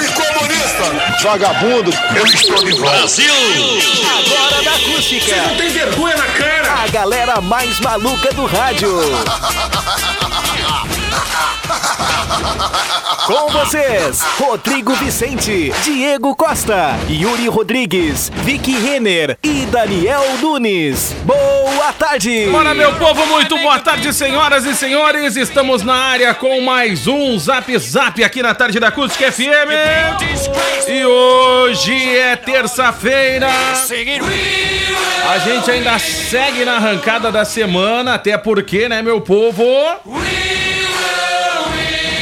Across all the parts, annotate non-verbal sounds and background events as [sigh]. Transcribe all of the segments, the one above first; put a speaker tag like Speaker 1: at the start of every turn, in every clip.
Speaker 1: e comunista.
Speaker 2: Vagabundo, eu estou de volta.
Speaker 3: Agora da acústica. Você não tem vergonha na cara? A galera mais maluca do rádio. Com vocês, Rodrigo Vicente, Diego Costa, Yuri Rodrigues, Vicky Renner e Daniel Nunes. Boa tarde!
Speaker 4: Bora, meu povo, muito boa tarde, senhoras e senhores. Estamos na área com mais um Zap Zap aqui na tarde da Acústica FM. E hoje é terça-feira. A gente ainda segue na arrancada da semana, até porque, né, meu povo?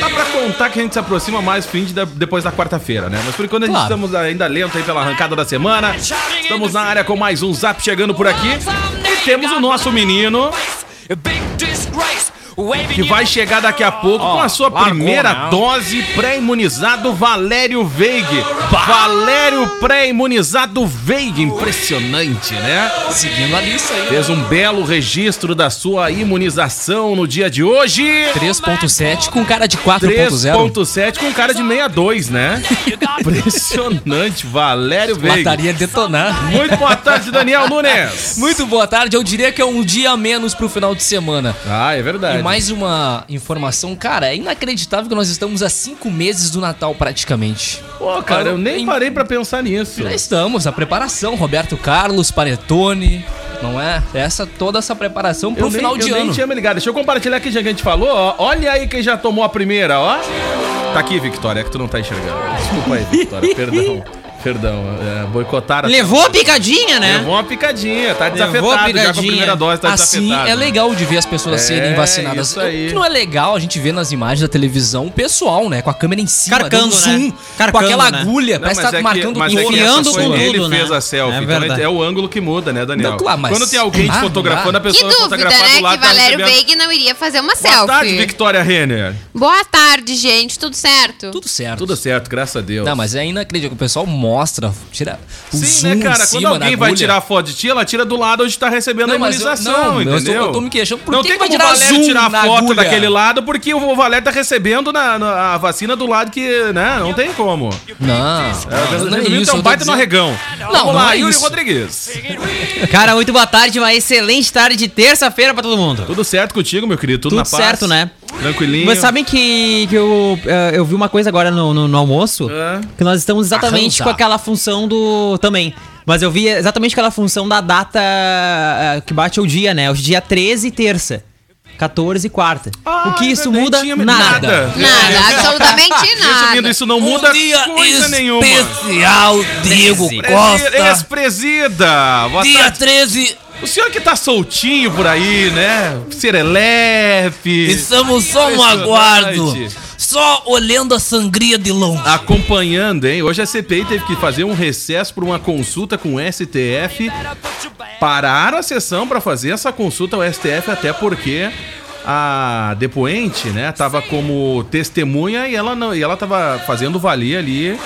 Speaker 4: Dá pra contar que a gente se aproxima mais fim de da- depois da quarta-feira, né? Mas por enquanto a gente
Speaker 5: Claro.
Speaker 4: estamos ainda lento aí pela arrancada da semana. Estamos na área com mais um Zap chegando por aqui. E temos o nosso menino que vai chegar daqui a pouco com a sua primeira
Speaker 5: né?
Speaker 4: dose pré-imunizado Valério Veig. Valério pré-imunizado Veig, impressionante, né?
Speaker 5: Seguindo a lista aí.
Speaker 4: Fez um belo registro da sua imunização no dia de hoje.
Speaker 5: 3.7 com cara de 4.0.
Speaker 4: 3.7 com cara de 62,
Speaker 5: [laughs]
Speaker 4: né? Impressionante, Valério Veig.
Speaker 5: Mataria detonar.
Speaker 4: Muito boa tarde, Daniel
Speaker 5: [laughs]
Speaker 4: Nunes.
Speaker 5: Muito boa tarde, eu diria que é um dia a menos pro final de semana.
Speaker 4: Ah, é verdade.
Speaker 5: E mais uma informação, cara, é inacreditável que nós estamos a cinco meses do Natal praticamente.
Speaker 4: Pô, cara, eu nem parei pra pensar nisso.
Speaker 5: Já estamos, a preparação, Roberto Carlos, Paretone, não é? Essa toda essa preparação pro
Speaker 4: eu nem,
Speaker 5: final de
Speaker 4: eu nem
Speaker 5: ano.
Speaker 4: tinha me ligado. Deixa eu compartilhar aqui já que a gente falou, ó. Olha aí quem já tomou a primeira, ó. Tá aqui, Victoria, que tu não tá enxergando. Desculpa aí,
Speaker 5: [laughs]
Speaker 4: Victoria. perdão. Perdão. É, boicotaram.
Speaker 6: Levou a picadinha, né?
Speaker 4: Levou uma picadinha. Tá
Speaker 6: Levou
Speaker 4: desafetado
Speaker 6: a
Speaker 4: já com a
Speaker 6: picadinha.
Speaker 4: primeira dose, tá
Speaker 5: Assim
Speaker 4: desafetado.
Speaker 5: é legal de ver as pessoas
Speaker 4: É,
Speaker 5: serem vacinadas.
Speaker 4: isso aí.
Speaker 5: O que não é legal a gente vê nas imagens da televisão o pessoal, né? Com a câmera em cima,
Speaker 6: Carcando,
Speaker 5: dando zoom,
Speaker 6: né?
Speaker 5: com
Speaker 6: Carcando,
Speaker 5: aquela
Speaker 6: né?
Speaker 5: agulha,
Speaker 4: Não,
Speaker 5: parece
Speaker 4: mas
Speaker 5: que
Speaker 4: é
Speaker 5: tá
Speaker 4: que-
Speaker 5: marcando
Speaker 4: mas é que
Speaker 6: enfiando
Speaker 4: essa coisa,
Speaker 6: com
Speaker 4: Ele
Speaker 6: tudo,
Speaker 4: fez
Speaker 6: né?
Speaker 4: a selfie,
Speaker 6: É
Speaker 4: então
Speaker 6: verdade.
Speaker 4: é o ângulo que muda, né, Daniel?
Speaker 5: Não, Então, claro, mas-
Speaker 4: Quando tem alguém te
Speaker 5: Ah,
Speaker 4: fotografando, a
Speaker 5: não dá.
Speaker 7: Que
Speaker 4: pessoa
Speaker 7: dúvida,
Speaker 4: fotografada do
Speaker 7: né?
Speaker 4: lado tá
Speaker 7: Que Valério
Speaker 4: recebendo-
Speaker 7: Veig não iria fazer uma
Speaker 4: Boa
Speaker 7: selfie.
Speaker 4: tarde, Victoria Renner.
Speaker 7: Boa tarde, gente. Tudo certo?
Speaker 5: Tudo certo.
Speaker 4: Tudo certo, graças a Deus.
Speaker 5: Não, mas é inacreditável. O pessoal mostra, tira o
Speaker 4: Sim,
Speaker 5: zoom
Speaker 4: né, cara?
Speaker 5: em
Speaker 4: Quando
Speaker 5: cima da
Speaker 4: alguém vai
Speaker 5: agulha.
Speaker 4: tirar foto de ti, ela tira do lado onde tá recebendo a
Speaker 5: Não, mas eu-
Speaker 4: imunização,
Speaker 5: não, eu tô-
Speaker 4: entendeu?
Speaker 5: eu tô me queixando, por
Speaker 4: não
Speaker 5: que
Speaker 4: tem
Speaker 5: que vai
Speaker 4: como
Speaker 5: tirar
Speaker 4: o Valério
Speaker 5: zoom
Speaker 4: tirar a
Speaker 5: na
Speaker 4: foto
Speaker 5: agulha?
Speaker 4: daquele lado, porque o Valério tá recebendo na, na- a vacina do lado que, né, não tem como.
Speaker 5: Não, não, não, é
Speaker 4: Resumindo,
Speaker 5: isso.
Speaker 4: é um
Speaker 5: eu tô
Speaker 4: baita no
Speaker 5: dizendo-
Speaker 4: arregão.
Speaker 5: Não,
Speaker 4: Vamos
Speaker 5: não
Speaker 4: lá,
Speaker 5: é
Speaker 4: Yuri
Speaker 5: isso.
Speaker 4: Rodrigues.
Speaker 6: Cara, muito boa tarde, uma excelente tarde de terça-feira pra todo mundo.
Speaker 4: Tudo certo contigo, meu querido? Tudo,
Speaker 6: Tudo
Speaker 4: na paz?
Speaker 6: certo, né?
Speaker 4: Tranquilinho.
Speaker 6: Mas sabem que, que eu, eh, eu vi uma coisa agora no, no- no almoço,
Speaker 4: É.
Speaker 6: que nós estamos exatamente
Speaker 5: Arranza.
Speaker 6: com aquela função do... também. Mas eu vi exatamente aquela função da data eh, que bate o dia, né? Hoje dia 13, terça. 14, quarta.
Speaker 4: Ah,
Speaker 6: o que isso
Speaker 4: nem
Speaker 6: muda?
Speaker 4: tinha me-
Speaker 6: Nada.
Speaker 7: Nada, [laughs] absolutamente
Speaker 4: Resumindo,
Speaker 7: nada.
Speaker 4: isso não muda coisa nenhuma.
Speaker 5: Um
Speaker 4: é
Speaker 5: especial, Diego
Speaker 6: Presi-
Speaker 4: Presi- Ex-presida. Boa tarde.
Speaker 5: 13,
Speaker 4: O senhor que tá soltinho por aí, né? Serelepe.
Speaker 5: estamos só
Speaker 4: Impressionante.
Speaker 5: Só olhando a sangria de longe.
Speaker 4: Acompanhando, hein? Hoje a CPI teve que fazer um recesso por uma consulta com o STF. Pararam a sessão para fazer essa consulta ao STF, até porque a depoente, né, tava como testemunha e ela não, e ela tava fazendo valer ali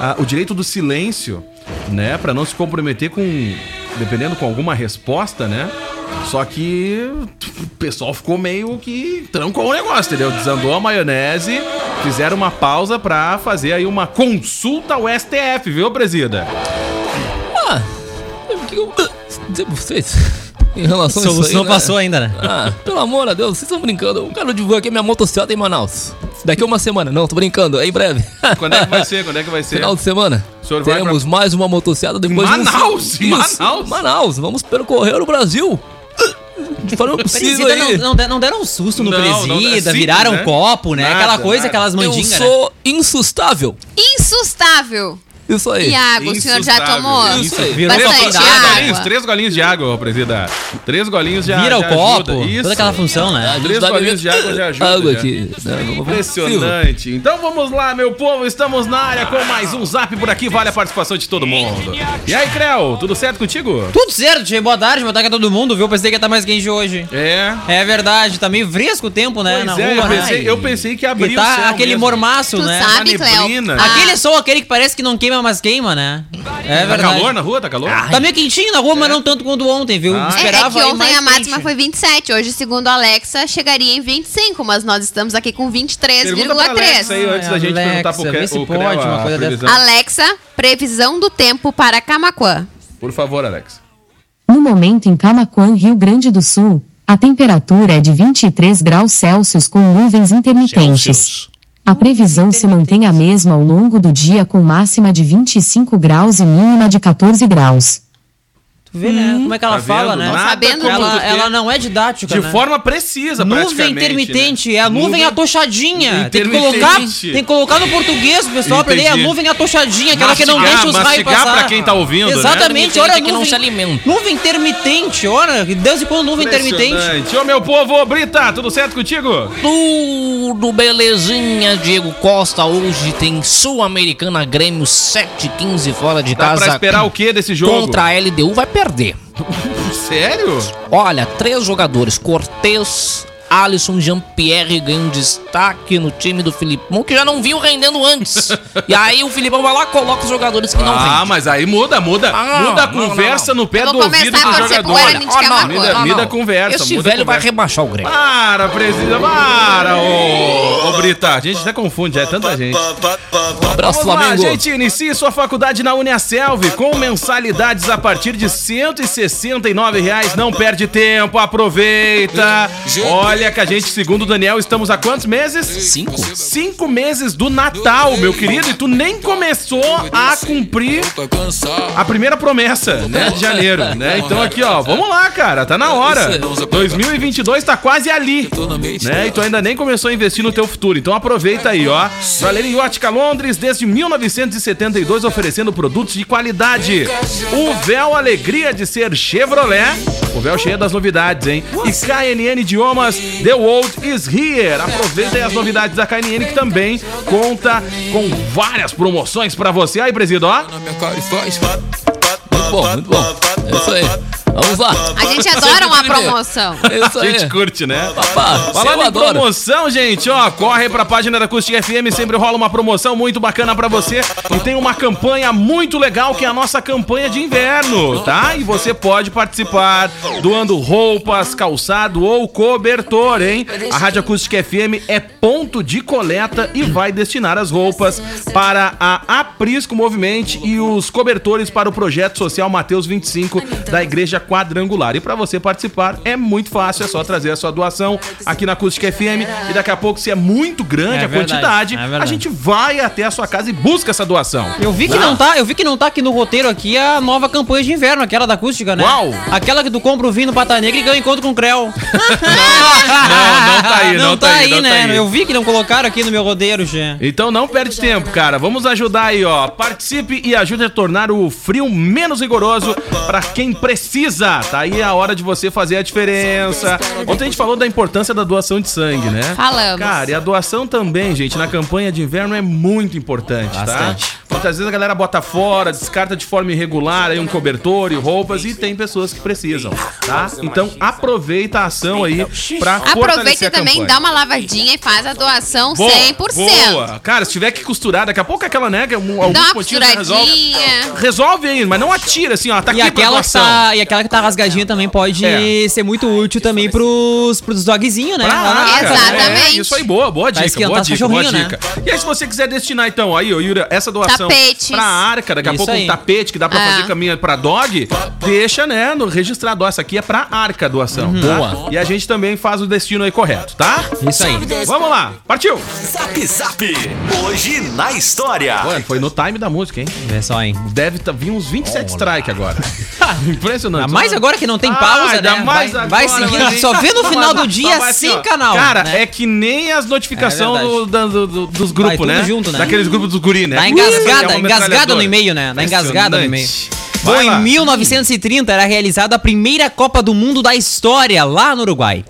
Speaker 4: ah, o direito do silêncio, né, para não se comprometer com dependendo com alguma resposta, né? Só que o pessoal ficou meio que trancou o negócio, entendeu? Desandou a maionese, fizeram uma pausa pra fazer aí uma consulta ao STF, viu, presida?
Speaker 5: Ah, o que eu dizer pra vocês em relação a isso aí,
Speaker 6: Solução
Speaker 5: né?
Speaker 6: passou ainda, né?
Speaker 5: Ah, pelo amor a Deus, vocês estão brincando. Eu quero divulgar aqui minha motocicleta em Manaus. Daqui a uma semana. Não, tô brincando. É em breve.
Speaker 4: Quando é que vai ser? Quando é que vai ser?
Speaker 5: [laughs] Final de semana.
Speaker 4: O senhor vai
Speaker 5: Teremos mais uma motocicleta depois
Speaker 4: Manaus?
Speaker 5: de um... Isso,
Speaker 4: Manaus?
Speaker 5: Manaus. Vamos percorrer o Brasil. De
Speaker 6: [laughs]
Speaker 5: forma possível
Speaker 6: Presida
Speaker 5: aí.
Speaker 6: não, não, de- não deram um susto no
Speaker 4: Não,
Speaker 6: presida,
Speaker 4: não, é simples,
Speaker 6: viraram
Speaker 4: né?
Speaker 6: copo, né?
Speaker 4: Nada,
Speaker 6: aquela coisa,
Speaker 4: nada.
Speaker 6: aquelas
Speaker 5: Eu
Speaker 6: mandingas. né?
Speaker 5: sou insustável.
Speaker 7: Insustável.
Speaker 5: Isso aí.
Speaker 7: Iago, o senhor já
Speaker 4: Insustável.
Speaker 7: tomou?
Speaker 5: Isso aí.
Speaker 6: Virou
Speaker 4: Três,
Speaker 7: Bastante
Speaker 6: copo
Speaker 4: três golinhos,
Speaker 7: água.
Speaker 4: três golinhos de água, presida. Três golinhos já.
Speaker 6: Vira o
Speaker 4: já
Speaker 6: copo,
Speaker 4: ajuda. Isso.
Speaker 6: toda aquela função, né?
Speaker 4: Três golinhos de água já ajuda,
Speaker 5: Água
Speaker 4: já.
Speaker 5: aqui. né? Não, não, não, possível.
Speaker 4: Impressionante. Então vamos lá, meu povo. Estamos na área com mais um zap por aqui. Vale a participação de todo mundo. E aí, Creu, tudo certo contigo?
Speaker 6: Tudo certo, Tchê. Boa tarde, boa tarde a todo mundo, viu? Pensei que ia estar mais quente hoje.
Speaker 4: É.
Speaker 6: É verdade, tá meio fresco o tempo, né?
Speaker 4: Pois
Speaker 6: na
Speaker 4: é, eu
Speaker 6: rua, né?
Speaker 4: pensei, eu pensei que
Speaker 6: Que
Speaker 4: abriu o
Speaker 6: tá
Speaker 4: céu
Speaker 6: aquele
Speaker 4: mesmo.
Speaker 6: mormaço,
Speaker 7: Tu
Speaker 6: né?
Speaker 7: sabe,
Speaker 4: Uma
Speaker 7: Cléo?
Speaker 4: neblina.
Speaker 7: Ah,
Speaker 6: Aquele sol, aquele que parece que não queima, mas queima, né? É
Speaker 4: Tá
Speaker 6: verdade.
Speaker 4: calor na rua? Tá calor?
Speaker 6: Tá meio quentinho na rua, mas não tanto quanto ontem, viu?
Speaker 4: Ah.
Speaker 7: É, é que
Speaker 6: Esperava aí
Speaker 7: ontem
Speaker 6: mais
Speaker 7: a máxima
Speaker 6: quente.
Speaker 7: foi 27, hoje, segundo a Alexa, chegaria em 25, mas nós estamos aqui com
Speaker 4: Pergunta pra Alexa aí então.
Speaker 7: 23,3.
Speaker 4: antes da gente
Speaker 6: Alexa,
Speaker 4: perguntar pro
Speaker 6: vê
Speaker 4: Creu.
Speaker 6: se
Speaker 4: o
Speaker 6: pode
Speaker 4: Creu a
Speaker 6: uma coisa dessa.
Speaker 4: previsão.
Speaker 7: Alexa, previsão do tempo para Camaquã.
Speaker 4: Por favor, Alex.
Speaker 8: No momento em Camaquã, Rio Grande do Sul, a temperatura é de 23 graus Celsius com nuvens intermitentes. A previsão se mantém a mesma ao longo do dia com máxima de 25 graus e mínima de 14 graus.
Speaker 6: Tu vê,
Speaker 7: Uhum.
Speaker 6: né? Como é que ela
Speaker 4: Tá
Speaker 6: fala,
Speaker 4: vendo?
Speaker 6: né?
Speaker 4: Nada
Speaker 7: Sabendo
Speaker 4: como
Speaker 6: Ela,
Speaker 4: tu ter-
Speaker 6: ela não é didática,
Speaker 4: De
Speaker 6: né?
Speaker 4: forma precisa,
Speaker 6: Nuvem
Speaker 4: praticamente,
Speaker 6: intermitente,
Speaker 4: né?
Speaker 6: é a nuvem, atochadinha. Tem que,
Speaker 4: intermitente.
Speaker 6: colocar, tem que colocar no português, pessoal, aprender a
Speaker 4: Entendi.
Speaker 6: nuvem atochadinha, aquela que não
Speaker 4: Mastigar-
Speaker 6: deixa os raios
Speaker 4: mastigar
Speaker 6: passar.
Speaker 4: pra quem tá ouvindo, né?
Speaker 6: Exatamente,
Speaker 5: Intermitente
Speaker 6: olha a
Speaker 5: é que não
Speaker 6: nuvem-
Speaker 5: se alimenta.
Speaker 6: Nuvem intermitente, olha, que Deus e quando nuvem intermitente.
Speaker 4: Impressionante. Ô, meu povo, Brita, tudo certo contigo?
Speaker 5: Tudo belezinha, Diego Costa. Hoje tem Sul-Americana Grêmio 7-15 fora de
Speaker 4: Dá
Speaker 5: casa.
Speaker 4: pra esperar o quê desse jogo?
Speaker 5: Contra a LDU vai perder.
Speaker 4: Sério?
Speaker 5: Olha, três jogadores, Cortez, Alisson, Jean-Pierre ganham destaque no time do Filipão, que já não vinham
Speaker 4: [laughs]
Speaker 5: rendendo antes. e aí o Filipão vai lá e coloca os jogadores que não
Speaker 4: ah,
Speaker 5: rendem.
Speaker 4: mas aí muda, muda.
Speaker 5: Ah, não,
Speaker 4: muda a
Speaker 5: não, não,
Speaker 4: conversa
Speaker 5: não.
Speaker 4: no pé
Speaker 7: Eu
Speaker 4: do
Speaker 7: vou
Speaker 4: ouvido
Speaker 7: começar a
Speaker 4: do
Speaker 7: torcer pro
Speaker 4: jogador.
Speaker 7: Guarani de
Speaker 4: Ó, não,
Speaker 7: Camaquã.
Speaker 4: me dá-
Speaker 7: Não,
Speaker 4: me dá conversa.
Speaker 5: Esse
Speaker 4: muda a
Speaker 5: velho vai
Speaker 4: conversa.
Speaker 5: rebaixar o Grêmio.
Speaker 4: Para, precisa, para, ô, ô Brita. A gente até confunde, já é tanta gente.
Speaker 5: Abraço,
Speaker 4: Vamos
Speaker 5: Flamengo.
Speaker 4: Lá, gente, inicie sua faculdade na Uniacelv com mensalidades a partir de R$ 169 reais. Não perde tempo, aproveita. Olha que a gente, segundo o Daniel, estamos há quantos meses?
Speaker 5: Cinco?
Speaker 4: Cinco meses do Natal, meu querido, e tu nem começou a cumprir a primeira promessa, né, de janeiro, né? Então aqui, ó, vamos lá, cara, tá
Speaker 5: É,
Speaker 4: na hora. 2022 tá quase ali, né? E tu ainda nem começou a investir no teu futuro, então aproveita aí, ó. Valeria Ótica Londres, desde 1972, oferecendo produtos de qualidade. O véu Alegria de Ser Chevrolet, o véu cheio das novidades, hein? E KNN Idiomas, The World is Here. Aproveita aí as novidades da KNN, que também conta com várias promoções pra você. Aí, presídio, ó.
Speaker 5: É Muito bom, muito bom. É isso aí. Vamos lá.
Speaker 7: A gente adora uma promoção.
Speaker 5: É isso
Speaker 4: A
Speaker 5: aí.
Speaker 4: gente curte, né?
Speaker 5: Pá, eu
Speaker 4: Falando em
Speaker 5: adoro.
Speaker 4: promoção, gente, ó, corre pra página da Acústica FM, sempre rola uma promoção muito bacana pra você e tem uma campanha muito legal que é a nossa campanha de inverno, tá? E você pode participar doando roupas, calçado ou cobertor, hein? A Rádio Acústica FM é ponto de coleta e vai destinar as roupas para a Aprisco Movimento e os cobertores para o projeto social Mateus 25 da Igreja Quadrangular. E para você participar é muito fácil, é só trazer a sua doação aqui na Acústica FM e daqui a pouco se é muito grande
Speaker 6: É
Speaker 4: a
Speaker 6: verdade,
Speaker 4: quantidade,
Speaker 6: é verdade.
Speaker 4: a gente vai até a sua casa e busca essa doação.
Speaker 6: Eu vi que não tá, eu vi que não tá aqui no roteiro aqui a nova campanha de inverno, aquela da acústica, né?
Speaker 4: Uau!
Speaker 6: Aquela que tu compra o vinho no Pata Negra e ganha encontro com o Creu.
Speaker 4: [laughs] não tá
Speaker 6: [laughs]
Speaker 4: aí, não tá aí, não tá
Speaker 6: né?
Speaker 4: aí.
Speaker 6: Eu vi que não colocaram aqui no meu roteiro, Gê.
Speaker 4: Então não perde
Speaker 7: né?
Speaker 4: tempo, cara. Vamos ajudar aí, ó. Participe e ajude a tornar o frio menos rigoroso pra quem precisa. Tá aí a hora de você fazer a diferença. Ontem a gente falou da importância da doação de sangue, né?
Speaker 7: Falamos.
Speaker 4: Cara, e a doação também, gente, na campanha de inverno é muito importante,
Speaker 6: Bastante.
Speaker 4: tá? Muitas vezes a galera bota fora, descarta de forma irregular aí um cobertor e roupas e tem pessoas que precisam, tá? Então aproveita a ação aí pra fortalecer
Speaker 7: Aproveita
Speaker 4: a
Speaker 7: também,
Speaker 4: campanha.
Speaker 7: dá uma lavadinha e faz a doação
Speaker 4: Boa,
Speaker 7: 100%.
Speaker 4: Boa. Cara, se tiver que costurar, daqui a pouco aquela, né? que Um,
Speaker 7: Dá
Speaker 4: alguns
Speaker 7: uma
Speaker 4: motivos já resolve.
Speaker 7: costuradinha.
Speaker 4: Resolve aí, mas não atira assim, ó. Tá
Speaker 6: E
Speaker 4: aqui pra
Speaker 6: aquela, que
Speaker 4: doação.
Speaker 6: tá, e aquela que tá rasgadinha também pode
Speaker 4: É.
Speaker 6: ser muito útil também pros, pros dogzinhos, né?
Speaker 4: Pra
Speaker 6: Lá na
Speaker 4: lá,
Speaker 6: casa,
Speaker 4: cara.
Speaker 6: né?
Speaker 7: Exatamente.
Speaker 4: É, isso aí, boa, boa
Speaker 6: Pra
Speaker 4: dica,
Speaker 6: esquentar né?
Speaker 4: boa
Speaker 6: os
Speaker 4: dica, boa
Speaker 6: cachorrinhos,
Speaker 4: dica. E aí, se você quiser destinar, então, aí, ô, Yuri, essa doação
Speaker 7: Tapetes.
Speaker 4: pra arca, daqui a
Speaker 6: Isso
Speaker 4: pouco um
Speaker 6: aí.
Speaker 4: tapete que dá pra
Speaker 7: Ah.
Speaker 4: fazer caminha pra dog, deixa, né, no registrado. Ó, Essa aqui é pra arca a doação,
Speaker 6: Uhum.
Speaker 4: tá?
Speaker 5: Boa.
Speaker 4: E a gente também faz o destino aí correto, tá?
Speaker 6: Isso aí.
Speaker 4: Vamos lá, partiu!
Speaker 9: Zap Zap. Hoje na história.
Speaker 4: Olha, foi no time da música, hein?
Speaker 6: Vê só, hein?
Speaker 4: Deve tá, vir uns 27 strike agora. Impressionante.
Speaker 6: Ainda mais agora que não tem pausa,
Speaker 4: ainda
Speaker 6: né?
Speaker 4: mais
Speaker 6: vai,
Speaker 4: agora,
Speaker 6: vai seguindo,
Speaker 4: vai-
Speaker 6: só vê no final do dia
Speaker 4: Só vai assim,
Speaker 6: sem
Speaker 4: ó.
Speaker 6: canal.
Speaker 4: Cara,
Speaker 6: né?
Speaker 4: é que nem as notificações
Speaker 6: É
Speaker 4: do-
Speaker 6: verdade.
Speaker 4: da- do- do- dos
Speaker 6: Vai
Speaker 4: grupos,
Speaker 6: tudo
Speaker 4: né?
Speaker 6: junto, né?
Speaker 4: Daqueles grupos dos guri, né?
Speaker 6: Dá
Speaker 4: É
Speaker 6: engasgada,
Speaker 4: uma
Speaker 6: engasgada no
Speaker 4: metralhadora.
Speaker 6: e-mail, né? Dá engasgada no e-mail.
Speaker 4: Impressionante.
Speaker 6: Bom,
Speaker 4: Vai lá.
Speaker 6: em 1930 era realizada a primeira Copa do Mundo da história lá no Uruguai.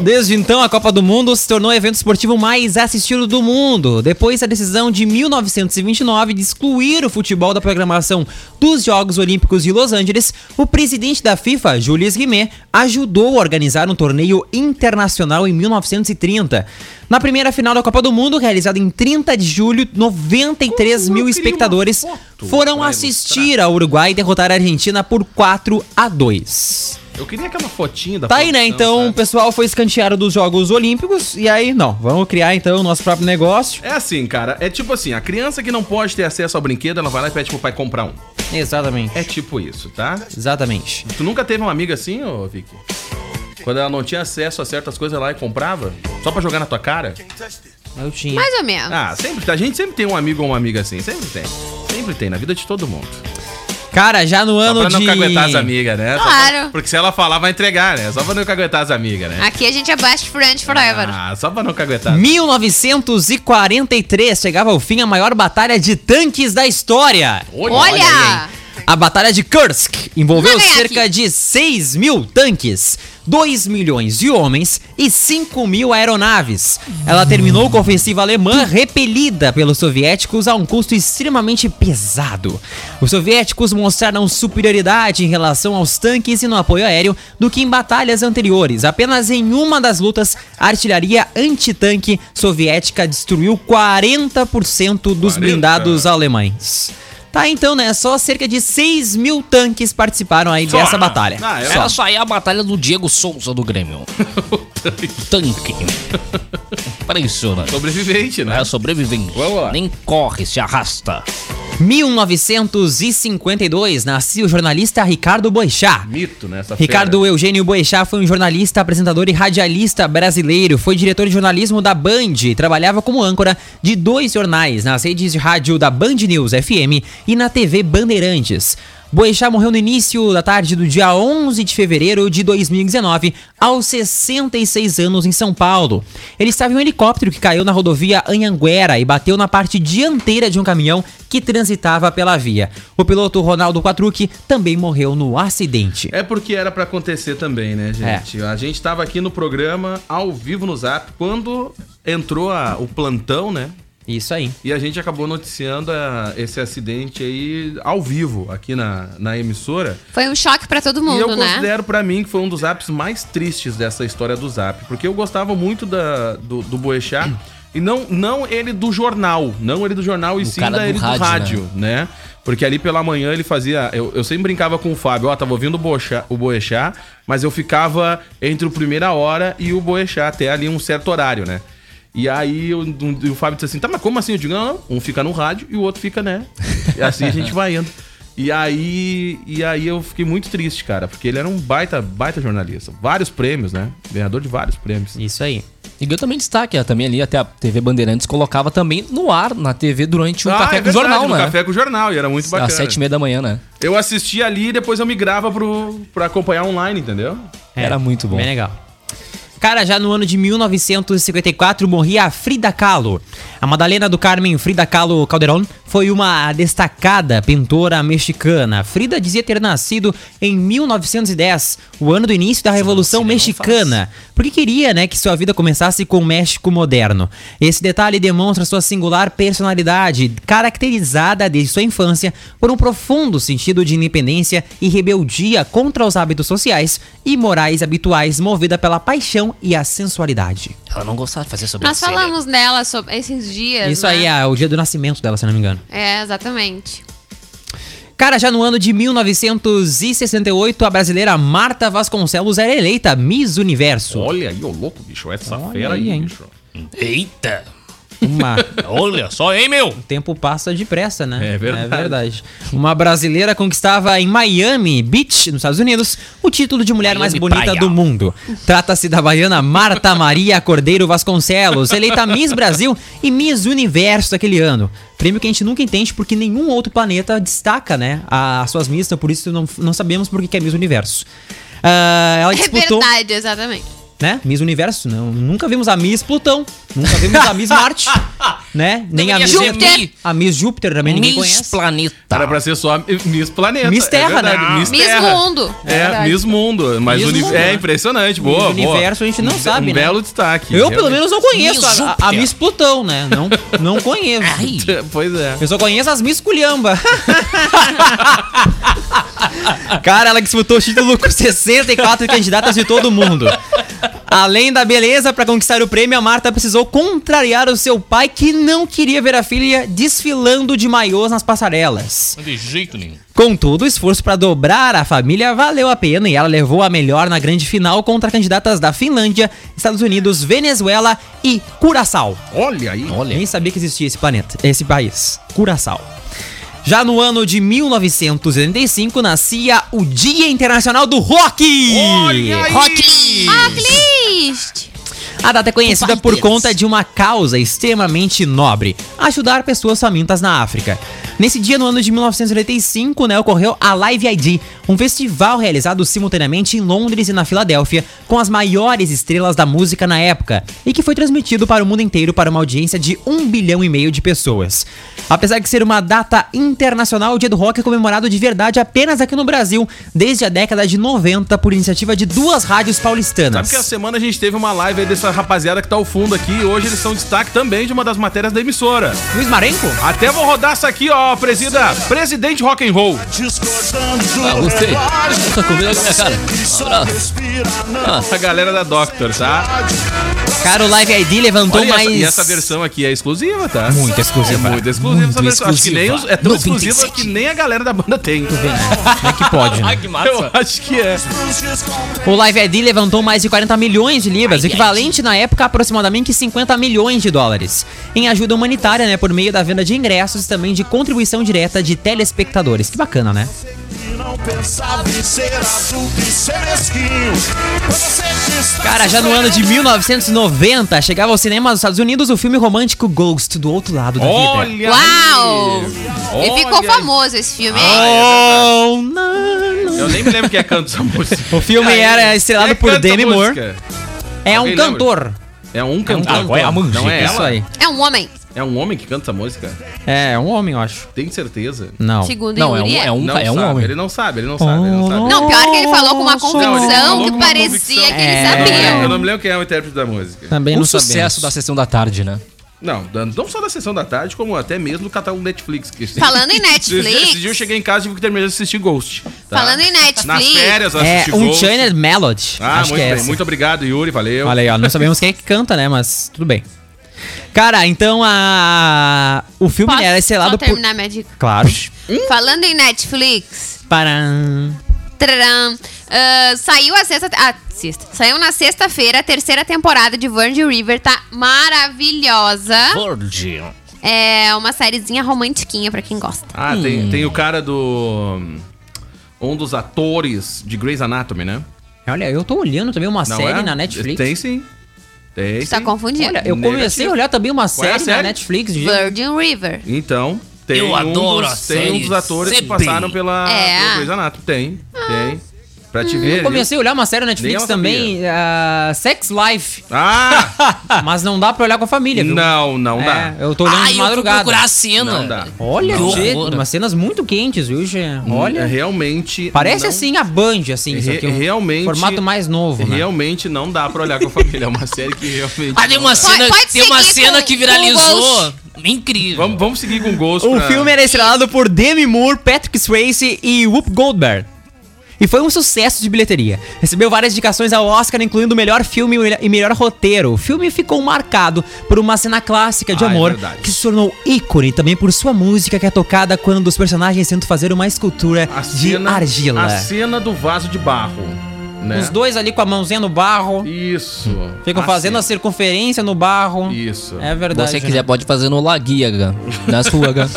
Speaker 6: Desde então, a Copa do Mundo se tornou o evento esportivo mais assistido do mundo. Depois da decisão de 1929 de excluir o futebol da programação dos Jogos Olímpicos de Los Angeles, o presidente da FIFA, Jules Rimet, ajudou a organizar um torneio internacional em 1930. Na primeira final da Copa do Mundo, realizada em 30 de julho, 93 mil espectadores foram assistir ao Uruguai e derrotar a Argentina por 4 a 2.
Speaker 4: Eu queria aquela fotinha da
Speaker 6: Tá aí, né?
Speaker 4: produção,
Speaker 6: Então o
Speaker 4: sabe?
Speaker 6: pessoal foi escanteado dos Jogos Olímpicos e aí, não, vamos criar então o nosso próprio negócio.
Speaker 4: É assim, cara. É tipo assim, a criança que não pode ter acesso ao brinquedo, ela vai lá e pede pro pai comprar um.
Speaker 6: Exatamente.
Speaker 4: É tipo isso, tá?
Speaker 6: Exatamente.
Speaker 4: Tu nunca teve uma amiga assim, ô Vicky? Quando ela não tinha acesso a certas coisas lá e comprava? Só pra jogar na tua cara?
Speaker 6: Eu tinha.
Speaker 7: Mais ou menos.
Speaker 4: Ah, sempre. A gente sempre tem um amigo ou uma amiga assim. Sempre tem. Sempre tem, na vida de todo mundo.
Speaker 6: Cara, já no
Speaker 4: Só
Speaker 6: ano
Speaker 4: pra não
Speaker 6: de
Speaker 4: caguetar as amigas, né? Só pra-
Speaker 7: Claro.
Speaker 4: Porque se ela falar, vai entregar, né? Só pra não caguetar as amigas, né?
Speaker 7: Aqui a gente é best friend forever.
Speaker 4: Ah, só pra não caguetar.
Speaker 6: 1943 chegava ao fim a maior batalha de tanques da história.
Speaker 7: Olha!
Speaker 6: aí, hein? A Batalha de Kursk envolveu
Speaker 7: Vai ganhar
Speaker 6: cerca
Speaker 7: aqui.
Speaker 6: de 6 mil tanques, 2 milhões de homens e 5 mil aeronaves. Ela terminou com a ofensiva alemã repelida pelos soviéticos a um custo extremamente pesado. Os soviéticos mostraram superioridade em relação aos tanques e no apoio aéreo do que em batalhas anteriores. Apenas em uma das lutas, a artilharia antitanque soviética destruiu 40% dos
Speaker 4: 40?
Speaker 6: blindados alemães. Tá, então, né? Só cerca de 6 mil tanques participaram aí dessa batalha.
Speaker 4: Ah, é
Speaker 6: Só.
Speaker 5: Essa aí é a batalha do Diego Souza do [laughs] Grêmio. Tanque. Impressionante.
Speaker 4: Sobrevivente, né?
Speaker 5: É sobrevivente.
Speaker 4: Vamos lá.
Speaker 5: Nem corre, se arrasta.
Speaker 6: 1952, nascia o jornalista Ricardo Boixá.
Speaker 4: Mito, né? Essa
Speaker 6: Ricardo Eugênio Boechat foi um jornalista, apresentador e radialista brasileiro. Foi diretor de jornalismo da Band. e Trabalhava como âncora de dois jornais nas redes de rádio da Band News FM e na TV Bandeirantes. Boechat morreu no início da tarde do dia 11 de fevereiro de 2019, aos 66 anos em São Paulo. Ele estava em um helicóptero que caiu na rodovia Anhanguera e bateu na parte dianteira de um caminhão que transitava pela via. O piloto Ronaldo Quatrucci também morreu no acidente.
Speaker 4: É porque era pra acontecer também,
Speaker 6: É.
Speaker 4: né, gente? A gente tava aqui no programa, ao vivo no Zap, quando entrou a- o plantão, né?
Speaker 6: Isso aí.
Speaker 4: E a gente acabou noticiando a- esse acidente aí ao vivo, aqui na, na emissora.
Speaker 7: Foi um choque pra todo
Speaker 4: e eu
Speaker 7: mundo, né?
Speaker 4: considero pra mim que foi um dos apps mais tristes dessa história do Zap, porque eu gostava muito da, do, do Boechat, e não, não ele do jornal, não ele do jornal e sim
Speaker 5: cara
Speaker 4: da
Speaker 5: do
Speaker 4: ele do
Speaker 5: rádio,
Speaker 4: rádio, né? Porque ali pela manhã ele fazia, eu, eu sempre brincava com o Fábio, ó, tava ouvindo o Boechat, o Boechat, mas eu ficava entre o primeira hora e o Boechat até ali um certo horário, né? E aí eu- um- e o Fábio disse assim, tá, mas como assim? Eu digo, não, não, um fica no rádio e o outro fica, né? E assim a gente vai indo. E aí, e aí eu fiquei muito triste, cara, porque ele era um baita, baita jornalista. Vários prêmios, né? Ganhador de vários prêmios.
Speaker 6: Isso aí.
Speaker 5: E ganhou também destaque, ó, também ali até a TV Bandeirantes colocava também no ar na TV durante o
Speaker 4: Ah,
Speaker 5: Café
Speaker 4: é
Speaker 5: com o
Speaker 4: verdade,
Speaker 5: Jornal,
Speaker 4: no
Speaker 5: né?
Speaker 4: Café com o Jornal, e era muito bacana.
Speaker 5: Às sete e meia da manhã, né?
Speaker 4: Eu assistia ali e depois eu migrava pro, pra acompanhar online, entendeu?
Speaker 5: Era muito bom.
Speaker 6: É, Bem legal. Cara, já no ano de 1954 morria a Frida Kahlo. A Madalena do Carmen Frida Kahlo Calderón foi uma destacada pintora mexicana. Frida dizia ter nascido em 1910, o ano do início da Revolução
Speaker 5: não se lembra, não
Speaker 6: Mexicana, porque queria, né, que sua vida começasse com o México moderno. Esse detalhe demonstra sua singular personalidade, caracterizada desde sua infância por um profundo sentido de independência e rebeldia contra os hábitos sociais e morais habituais, movida pela paixão e a sensualidade.
Speaker 5: Ela não gostava de fazer
Speaker 7: Nós
Speaker 5: sobrancelha.
Speaker 7: falamos dela sobre esses dias.
Speaker 6: Isso
Speaker 7: né?
Speaker 6: aí é o dia do nascimento dela, se não me engano.
Speaker 7: É, exatamente.
Speaker 6: Cara, já no ano de 1968, a brasileira Marta Vasconcelos era eleita Miss Universo.
Speaker 4: Olha aí, ô louco, bicho. Essa
Speaker 6: Olha
Speaker 4: fera aí,
Speaker 6: aí, hein?
Speaker 4: bicho.
Speaker 5: Eita!
Speaker 6: Uma.
Speaker 5: [laughs] Olha só, hein, meu?
Speaker 6: O tempo passa depressa, né?
Speaker 4: É verdade.
Speaker 6: verdade. Uma brasileira conquistava em Miami Beach, nos Estados Unidos, o título de mulher mais
Speaker 5: Miami
Speaker 6: bonita
Speaker 5: Praia.
Speaker 6: do mundo. Trata-se da baiana Marta Maria Cordeiro Vasconcelos, eleita Miss Brasil e Miss Universo daquele ano. Prêmio que a gente nunca entende porque nenhum outro planeta destaca, né? a- As suas Miss, então por isso não, não sabemos por que que é Miss Universo. Ah, ela
Speaker 7: É
Speaker 6: disputou
Speaker 7: verdade, exatamente.
Speaker 6: né? Miss Universo, não. Nunca vimos a Miss Plutão. Nunca vimos a
Speaker 5: [laughs]
Speaker 6: Miss Marte. né? Nem
Speaker 5: Deveria
Speaker 6: a Miss
Speaker 5: ser
Speaker 6: Júpiter.
Speaker 5: Mi-
Speaker 6: A Miss Júpiter também ninguém
Speaker 5: é Miss
Speaker 6: conhece.
Speaker 4: Era
Speaker 5: Planeta.
Speaker 4: pra ser só Miss Planeta.
Speaker 6: Tá. Miss
Speaker 4: é
Speaker 6: Terra, né?
Speaker 4: verdade, Miss,
Speaker 7: Miss
Speaker 4: Terra.
Speaker 7: Mundo.
Speaker 4: É, Miss Mundo. Mas
Speaker 6: Miss
Speaker 4: uni-
Speaker 6: Mundo,
Speaker 4: é
Speaker 6: né?
Speaker 4: impressionante. Boa,
Speaker 6: Miss
Speaker 4: boa.
Speaker 6: Universo a gente não
Speaker 4: Um be-
Speaker 6: sabe,
Speaker 4: Um
Speaker 6: né?
Speaker 4: belo destaque.
Speaker 6: Eu, pelo
Speaker 4: realmente.
Speaker 6: menos, não conheço
Speaker 5: Miss
Speaker 6: a, a- a
Speaker 5: Júpiter.
Speaker 6: Miss Plutão, né? Não,
Speaker 5: [laughs]
Speaker 6: não conheço.
Speaker 5: Ai.
Speaker 4: [laughs] Pois é.
Speaker 6: Eu só conheço as Miss Culhamba. [laughs] Cara, ela disputou o título com 64 candidatas de todo mundo. Além da beleza, pra conquistar o prêmio, a Marta precisou contrariar o seu pai que não queria ver a filha desfilando de maiôs nas passarelas.
Speaker 5: De jeito nenhum.
Speaker 6: Contudo, o esforço para dobrar a família valeu a pena e ela levou a melhor na grande final contra candidatas da Finlândia, Estados Unidos, Venezuela e Curaçao.
Speaker 4: Olha aí.
Speaker 6: Nem sabia que existia esse planeta, esse país, Curaçao. Já no ano de 1985 nascia o Dia Internacional do Rock.
Speaker 5: Rock!
Speaker 7: Ah, Rocklist!
Speaker 6: A data é conhecida por
Speaker 5: Deus.
Speaker 6: conta de uma causa extremamente nobre: ajudar pessoas famintas na África. Nesse dia, no ano de 1985, né, ocorreu a Live ID, um festival realizado simultaneamente em Londres e na Filadélfia, com as maiores estrelas da música na época, e que foi transmitido para o mundo inteiro para uma audiência de 1 bilhão e meio de pessoas. Apesar de ser uma data internacional, o Dia do Rock é comemorado de verdade apenas aqui no Brasil, desde a década de 90, por iniciativa de duas rádios paulistanas.
Speaker 4: Sabe que é essa semana a gente teve uma live aí dessa rapaziada que tá ao fundo aqui e hoje eles são destaque também de uma das matérias da emissora.
Speaker 6: Luiz Marenco?
Speaker 4: Até vou rodar essa aqui, ó, presida. Presidente Rock and Roll.
Speaker 5: Ah, gostei. Tá comendo a minha cara. Abraço.
Speaker 4: Essa galera da Doctor, tá?
Speaker 6: Cara, o Live ID levantou
Speaker 4: Olha, e
Speaker 6: mais.
Speaker 4: essa, e essa versão aqui é exclusiva, tá?
Speaker 6: Muito exclusiva.
Speaker 4: É muito exclusiva essa
Speaker 6: Muito
Speaker 4: versão. Acho que nem os, é tão
Speaker 5: 97.
Speaker 4: exclusiva que nem a galera da banda tem.
Speaker 6: Como é que pode,
Speaker 4: [laughs]
Speaker 6: né?
Speaker 5: Ai, que
Speaker 4: Eu
Speaker 5: massa.
Speaker 4: acho que é.
Speaker 6: O Live ID levantou mais de 40 milhões de libras, equivalente na época a aproximadamente 50 milhões de dólares, em ajuda humanitária, né, por meio da venda de ingressos e também de contribuição direta de telespectadores. Que bacana, né? Cara, já no ano de 1990, chegava ao cinema dos Estados Unidos o filme romântico Ghost, do outro lado da vida.
Speaker 4: Olha!
Speaker 7: Uau!
Speaker 4: aí.
Speaker 7: E ficou
Speaker 4: Olha aí. Ah, é
Speaker 7: famoso esse filme, hein?
Speaker 6: Oh, não, não.
Speaker 4: Eu nem me lembro quem é que canta
Speaker 6: [laughs]
Speaker 4: essa música.
Speaker 6: O filme
Speaker 4: Cara,
Speaker 6: era
Speaker 4: quem
Speaker 6: estrelado
Speaker 4: é que
Speaker 6: por
Speaker 4: canta
Speaker 6: Demi
Speaker 4: a
Speaker 6: Moore.
Speaker 4: música?
Speaker 6: É um
Speaker 4: Alguém lembra?
Speaker 6: cantor.
Speaker 4: É um cantor.
Speaker 6: cantor.
Speaker 4: Não é
Speaker 6: Isso
Speaker 4: ela?
Speaker 6: aí.
Speaker 7: É um homem.
Speaker 4: É um homem que canta essa música?
Speaker 6: É, um homem, eu acho.
Speaker 4: Tem certeza?
Speaker 6: Não.
Speaker 7: Segundo
Speaker 5: Não, é um,
Speaker 7: Yuri.
Speaker 5: é um,
Speaker 4: Não
Speaker 5: é um
Speaker 4: sabe,
Speaker 5: homem.
Speaker 4: Ele não sabe, ele não sabe, ele não sabe.
Speaker 7: Não, pior que ele falou com
Speaker 4: Não,
Speaker 7: uma
Speaker 4: ele falou
Speaker 7: convicção
Speaker 4: com
Speaker 7: que
Speaker 4: uma
Speaker 7: parecia
Speaker 4: convicção.
Speaker 7: que ele
Speaker 6: É.
Speaker 4: Eu
Speaker 7: sabia.
Speaker 4: não me lembro quem é o intérprete da música.
Speaker 6: Também
Speaker 5: Um
Speaker 6: não
Speaker 5: sucesso da sessão da tarde, né?
Speaker 4: Não, da- não só da sessão da tarde, como até mesmo do catálogo Netflix. Que [laughs]
Speaker 7: Falando em Netflix-
Speaker 4: Esse dia- Esse dia eu cheguei em casa e tive que terminar de assistir Ghost. tá?
Speaker 7: Falando em Netflix-
Speaker 4: Nas férias eu assisti
Speaker 6: É, um
Speaker 4: Ghost.
Speaker 6: Channel Melody.
Speaker 4: Ah,
Speaker 6: acho
Speaker 4: muito
Speaker 6: que é
Speaker 4: bem.
Speaker 6: essa.
Speaker 4: Muito obrigado, Yuri. Valeu.
Speaker 6: Olha aí, ó. Não sabemos quem é que canta, né? Mas tudo bem. Cara, então a. O filme né, era
Speaker 7: Posso
Speaker 6: estrelado por.
Speaker 7: terminar minha dica?
Speaker 6: Claro. Hum?
Speaker 7: Falando em Netflix,
Speaker 6: Param.
Speaker 7: Tcharam. Ah, saiu a sexta, ah, sexta. Saiu na sexta-feira a terceira temporada de Virgin River, tá maravilhosa.
Speaker 5: Verde.
Speaker 7: É uma sériezinha romantiquinha pra quem gosta.
Speaker 4: Ah,
Speaker 6: Hum.
Speaker 4: tem, tem o cara do. Um dos atores de Grey's Anatomy, né?
Speaker 6: Olha, eu tô olhando também uma
Speaker 4: Não
Speaker 6: série
Speaker 4: é?
Speaker 6: na Netflix.
Speaker 4: Tem sim. Tem
Speaker 7: Tu tá
Speaker 4: sim.
Speaker 7: confundindo?
Speaker 6: Olha, eu
Speaker 4: Negativo.
Speaker 6: comecei a olhar também uma
Speaker 4: Qual é a
Speaker 6: série, na
Speaker 4: série?
Speaker 6: Netflix. de-
Speaker 7: Virgin River.
Speaker 4: Então, tem
Speaker 5: Eu
Speaker 4: um
Speaker 5: adoro
Speaker 4: dos,
Speaker 5: a
Speaker 4: Tem um
Speaker 5: série
Speaker 4: dos atores que
Speaker 5: CB.
Speaker 4: passaram pela
Speaker 7: É.
Speaker 4: pelo Grey's Anatomy. Tem, tem. Pra te ver.
Speaker 6: Hum, Eu comecei a olhar uma série
Speaker 4: Nem
Speaker 6: na Netflix
Speaker 4: ela
Speaker 6: também, ah, Sex Life.
Speaker 4: Ah!
Speaker 6: [laughs] Mas não dá pra olhar com a família, viu?
Speaker 4: não, não dá.
Speaker 6: É, eu tô olhando
Speaker 5: Ah,
Speaker 6: de
Speaker 5: eu vou
Speaker 6: madrugada.
Speaker 5: procurar a cena.
Speaker 4: Não dá.
Speaker 6: Olha,
Speaker 5: Que
Speaker 6: gente,
Speaker 5: horror.
Speaker 6: umas cenas muito quentes, viu, Gê?
Speaker 4: É,
Speaker 6: Olha.
Speaker 4: Realmente.
Speaker 6: Parece
Speaker 4: não-
Speaker 6: assim a Band, assim, isso
Speaker 4: Re-
Speaker 6: aqui, um
Speaker 4: realmente-
Speaker 6: Formato mais novo, né?
Speaker 4: Realmente não dá pra olhar com a família. É uma série que realmente.
Speaker 5: Ah, tem
Speaker 4: não
Speaker 5: uma
Speaker 4: dá.
Speaker 5: cena,
Speaker 7: pode
Speaker 5: tem uma
Speaker 7: seguir
Speaker 5: cena
Speaker 7: com-
Speaker 5: que
Speaker 7: com
Speaker 5: viralizou. Incrível.
Speaker 4: Vamos, vamos seguir com gosto.
Speaker 6: O Um filme é era estrelado por Demi Moore, Patrick Swayze e Whoop Goldberg. E foi um sucesso de bilheteria. Recebeu várias indicações ao Oscar, incluindo melhor filme e melhor roteiro. O filme ficou marcado por uma cena clássica de
Speaker 4: Ah, é
Speaker 6: amor
Speaker 4: verdade.
Speaker 6: que se tornou ícone também por sua música que é tocada quando os personagens tentam fazer uma escultura
Speaker 4: A
Speaker 6: de
Speaker 4: cena,
Speaker 6: argila.
Speaker 4: A cena do vaso de barro. Né?
Speaker 6: Os dois ali com a mãozinha no barro.
Speaker 4: Isso.
Speaker 6: Ficam fazendo a
Speaker 4: assim.
Speaker 6: circunferência no barro.
Speaker 4: Isso.
Speaker 6: É verdade.
Speaker 5: você
Speaker 4: né?
Speaker 5: quiser, pode fazer no Laguia, Gá. Nas ruas, Gá.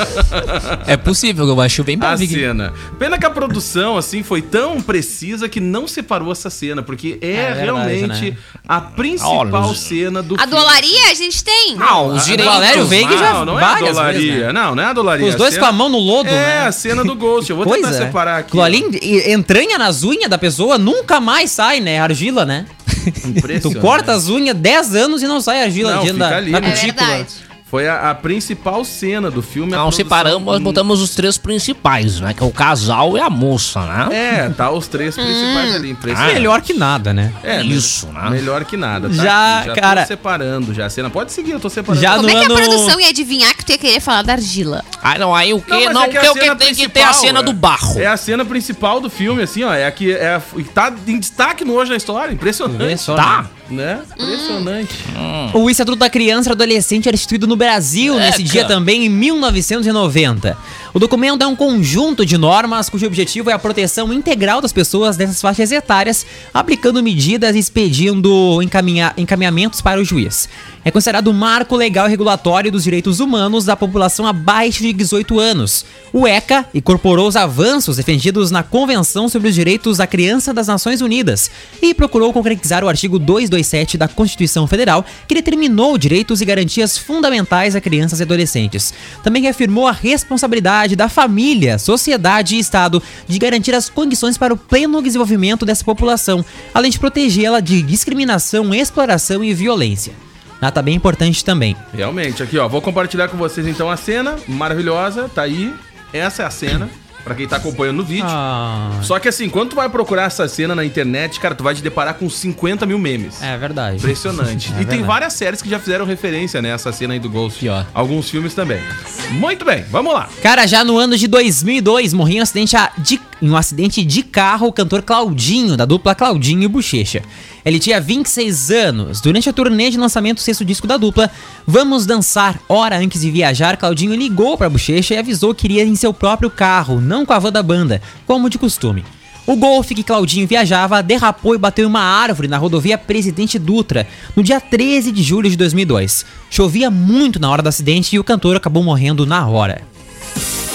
Speaker 5: É possível, eu acho bem
Speaker 4: A
Speaker 5: possível.
Speaker 4: cena. Pena que a produção, assim, foi tão precisa que não separou essa cena, porque é,
Speaker 6: É verdade,
Speaker 4: realmente
Speaker 6: né?
Speaker 4: a principal cena do
Speaker 7: A
Speaker 4: filme.
Speaker 7: dolaria a gente tem.
Speaker 6: Ah, os direitos. Valério Veiga já
Speaker 4: Não, não é a
Speaker 6: várias
Speaker 4: dolaria.
Speaker 6: vezes, né?
Speaker 4: Não, não é a dolaria.
Speaker 6: Os
Speaker 4: a
Speaker 6: dois
Speaker 4: cena-
Speaker 6: com a mão no lodo,
Speaker 4: É,
Speaker 6: né?
Speaker 4: a cena do Ghost. Eu vou
Speaker 6: Pois
Speaker 4: tentar
Speaker 6: é.
Speaker 4: separar aqui.
Speaker 6: Aquilo ali en- entranha nas unhas da pessoa nunca mais sai, né? Argila, né? [laughs]
Speaker 4: Impressionante.
Speaker 6: Tu corta as unhas 10 anos e não sai argila
Speaker 4: Não,
Speaker 6: de dentro
Speaker 4: fica
Speaker 6: da,
Speaker 4: ali,
Speaker 6: da
Speaker 4: né? É
Speaker 6: cutícula.
Speaker 7: verdade.
Speaker 4: Foi a, a principal cena do filme. a
Speaker 5: Não
Speaker 4: produção-
Speaker 5: separamos, nós botamos os três principais, né? Que é o casal e a moça, né?
Speaker 4: É, tá os três
Speaker 5: Hum.
Speaker 4: principais ali. Impressionante.
Speaker 6: é Melhor que nada, né?
Speaker 4: É,
Speaker 5: Ah, Isso,
Speaker 4: melhor,
Speaker 5: né?
Speaker 4: Melhor que nada, tá?
Speaker 6: Já,
Speaker 4: Aqui,
Speaker 6: cara-
Speaker 4: Tô separando já a cena. Pode seguir, eu tô separando.
Speaker 6: Já
Speaker 7: Como
Speaker 6: Ah, no
Speaker 7: é que
Speaker 6: ano-
Speaker 7: a produção ia adivinhar que tu ia querer falar da argila?
Speaker 5: Ah, não, aí o
Speaker 4: Não,
Speaker 5: quê?
Speaker 4: mas
Speaker 5: Não,
Speaker 4: é
Speaker 5: o
Speaker 4: que
Speaker 5: que,
Speaker 4: a
Speaker 5: o que
Speaker 4: cena
Speaker 5: tem que ter a
Speaker 4: principal,
Speaker 5: cena
Speaker 4: é.
Speaker 5: do barro.
Speaker 4: É a cena principal do filme, assim, ó. É a que é, a- tá em destaque no hoje na história.
Speaker 6: Vê
Speaker 4: Impressionante.
Speaker 6: só, né?
Speaker 4: tá. Né? Impressionante.
Speaker 6: O Estatuto da Criança e do Adolescente era instituído no Brasil nesse dia também, em 1990. O documento é um conjunto de normas cujo objetivo é a proteção integral das pessoas dessas faixas etárias, aplicando medidas e expedindo encaminha- encaminhamentos para o juiz. É considerado o marco legal e regulatório dos direitos humanos da população abaixo de 18 anos. O ECA incorporou os avanços defendidos na Convenção sobre os Direitos da Criança das Nações Unidas e procurou concretizar o artigo 227 da Constituição Federal, que determinou direitos e garantias fundamentais a crianças e adolescentes. Também reafirmou a responsabilidade da família, sociedade e Estado de garantir as condições para o pleno desenvolvimento dessa população, além de protegê-la de discriminação, exploração e violência. Nata bem importante também.
Speaker 4: Realmente, aqui, ó. Vou compartilhar com vocês então a cena. Maravilhosa, tá aí. Essa é a cena. Pra quem tá acompanhando no vídeo.
Speaker 6: Ah.
Speaker 4: Só que assim, quando tu vai procurar essa cena na internet, cara, tu vai te deparar com 50 mil memes.
Speaker 6: é verdade.
Speaker 4: Impressionante. e tem
Speaker 6: É verdade.
Speaker 4: várias séries que já fizeram referência, né? Essa cena aí do Ghost.
Speaker 6: Pior.
Speaker 4: Alguns filmes também. Muito bem, vamos lá.
Speaker 6: Cara, já no ano de 2002, morreu em um acidente, a- de, em um acidente de carro o cantor Claudinho, da dupla Claudinho e Bochecha. Ele tinha 26 anos. Durante a turnê de lançamento do sexto disco da dupla, Vamos Dançar, hora antes de viajar, Claudinho ligou pra Bochecha e avisou que iria em seu próprio carro, não com a van da banda, como de costume. O golfe que Claudinho viajava derrapou e bateu em uma árvore na rodovia Presidente Dutra, no dia 13 de julho de 2002. Chovia muito na hora do acidente e o cantor acabou morrendo na hora.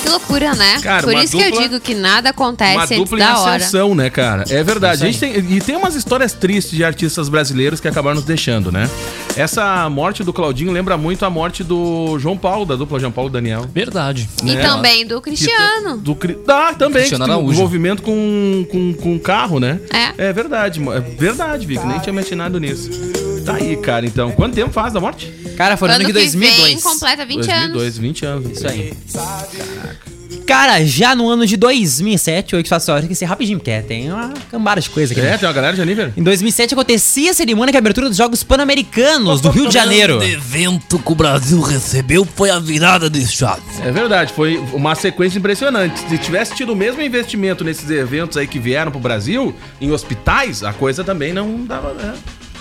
Speaker 7: Que loucura, né?
Speaker 4: Cara,
Speaker 7: Por
Speaker 4: uma
Speaker 7: isso que eu
Speaker 4: dupla-
Speaker 7: digo que nada
Speaker 4: Uma
Speaker 7: acontece antes
Speaker 4: dupla em
Speaker 7: É, da hora.
Speaker 4: ascensão, né, cara? É verdade. A gente tem, e tem umas histórias tristes de artistas brasileiros que acabaram nos deixando, né? Essa morte do Claudinho lembra muito a morte do João Paulo, da dupla João Paulo e Daniel.
Speaker 5: Verdade. É.
Speaker 7: E
Speaker 4: né?
Speaker 7: também do
Speaker 4: Que t-
Speaker 7: Cristiano.
Speaker 4: Do, Cri- ah, também.
Speaker 5: Cristiano
Speaker 4: que tem
Speaker 5: Araújo.
Speaker 4: envolvimento com, com, com carro, né?
Speaker 7: É.
Speaker 4: É verdade. mo- É verdade, Vic. Nem tinha mencionado nisso. Tá aí, cara, então. Quanto tempo faz da morte?
Speaker 6: Cara, foi no ano
Speaker 7: Ano
Speaker 6: de
Speaker 7: que
Speaker 6: 2002.
Speaker 7: vem completa 20 anos.
Speaker 4: 20 anos.
Speaker 6: Isso aí. Cara, já no ano de 2007, eu só tem que ser rapidinho, porque é, tem uma cambada de coisa aqui.
Speaker 4: É,
Speaker 6: né?
Speaker 4: tem uma galera de nível?
Speaker 6: Em 2007 acontecia a cerimônia de abertura dos Jogos Pan-Americanos do Rio de
Speaker 5: O
Speaker 6: Janeiro.
Speaker 5: grande evento que o Brasil recebeu foi a virada de chave.
Speaker 4: É verdade, foi uma sequência impressionante. Se tivesse tido o mesmo investimento nesses eventos aí que vieram pro Brasil, em hospitais, a coisa também não dava. Né?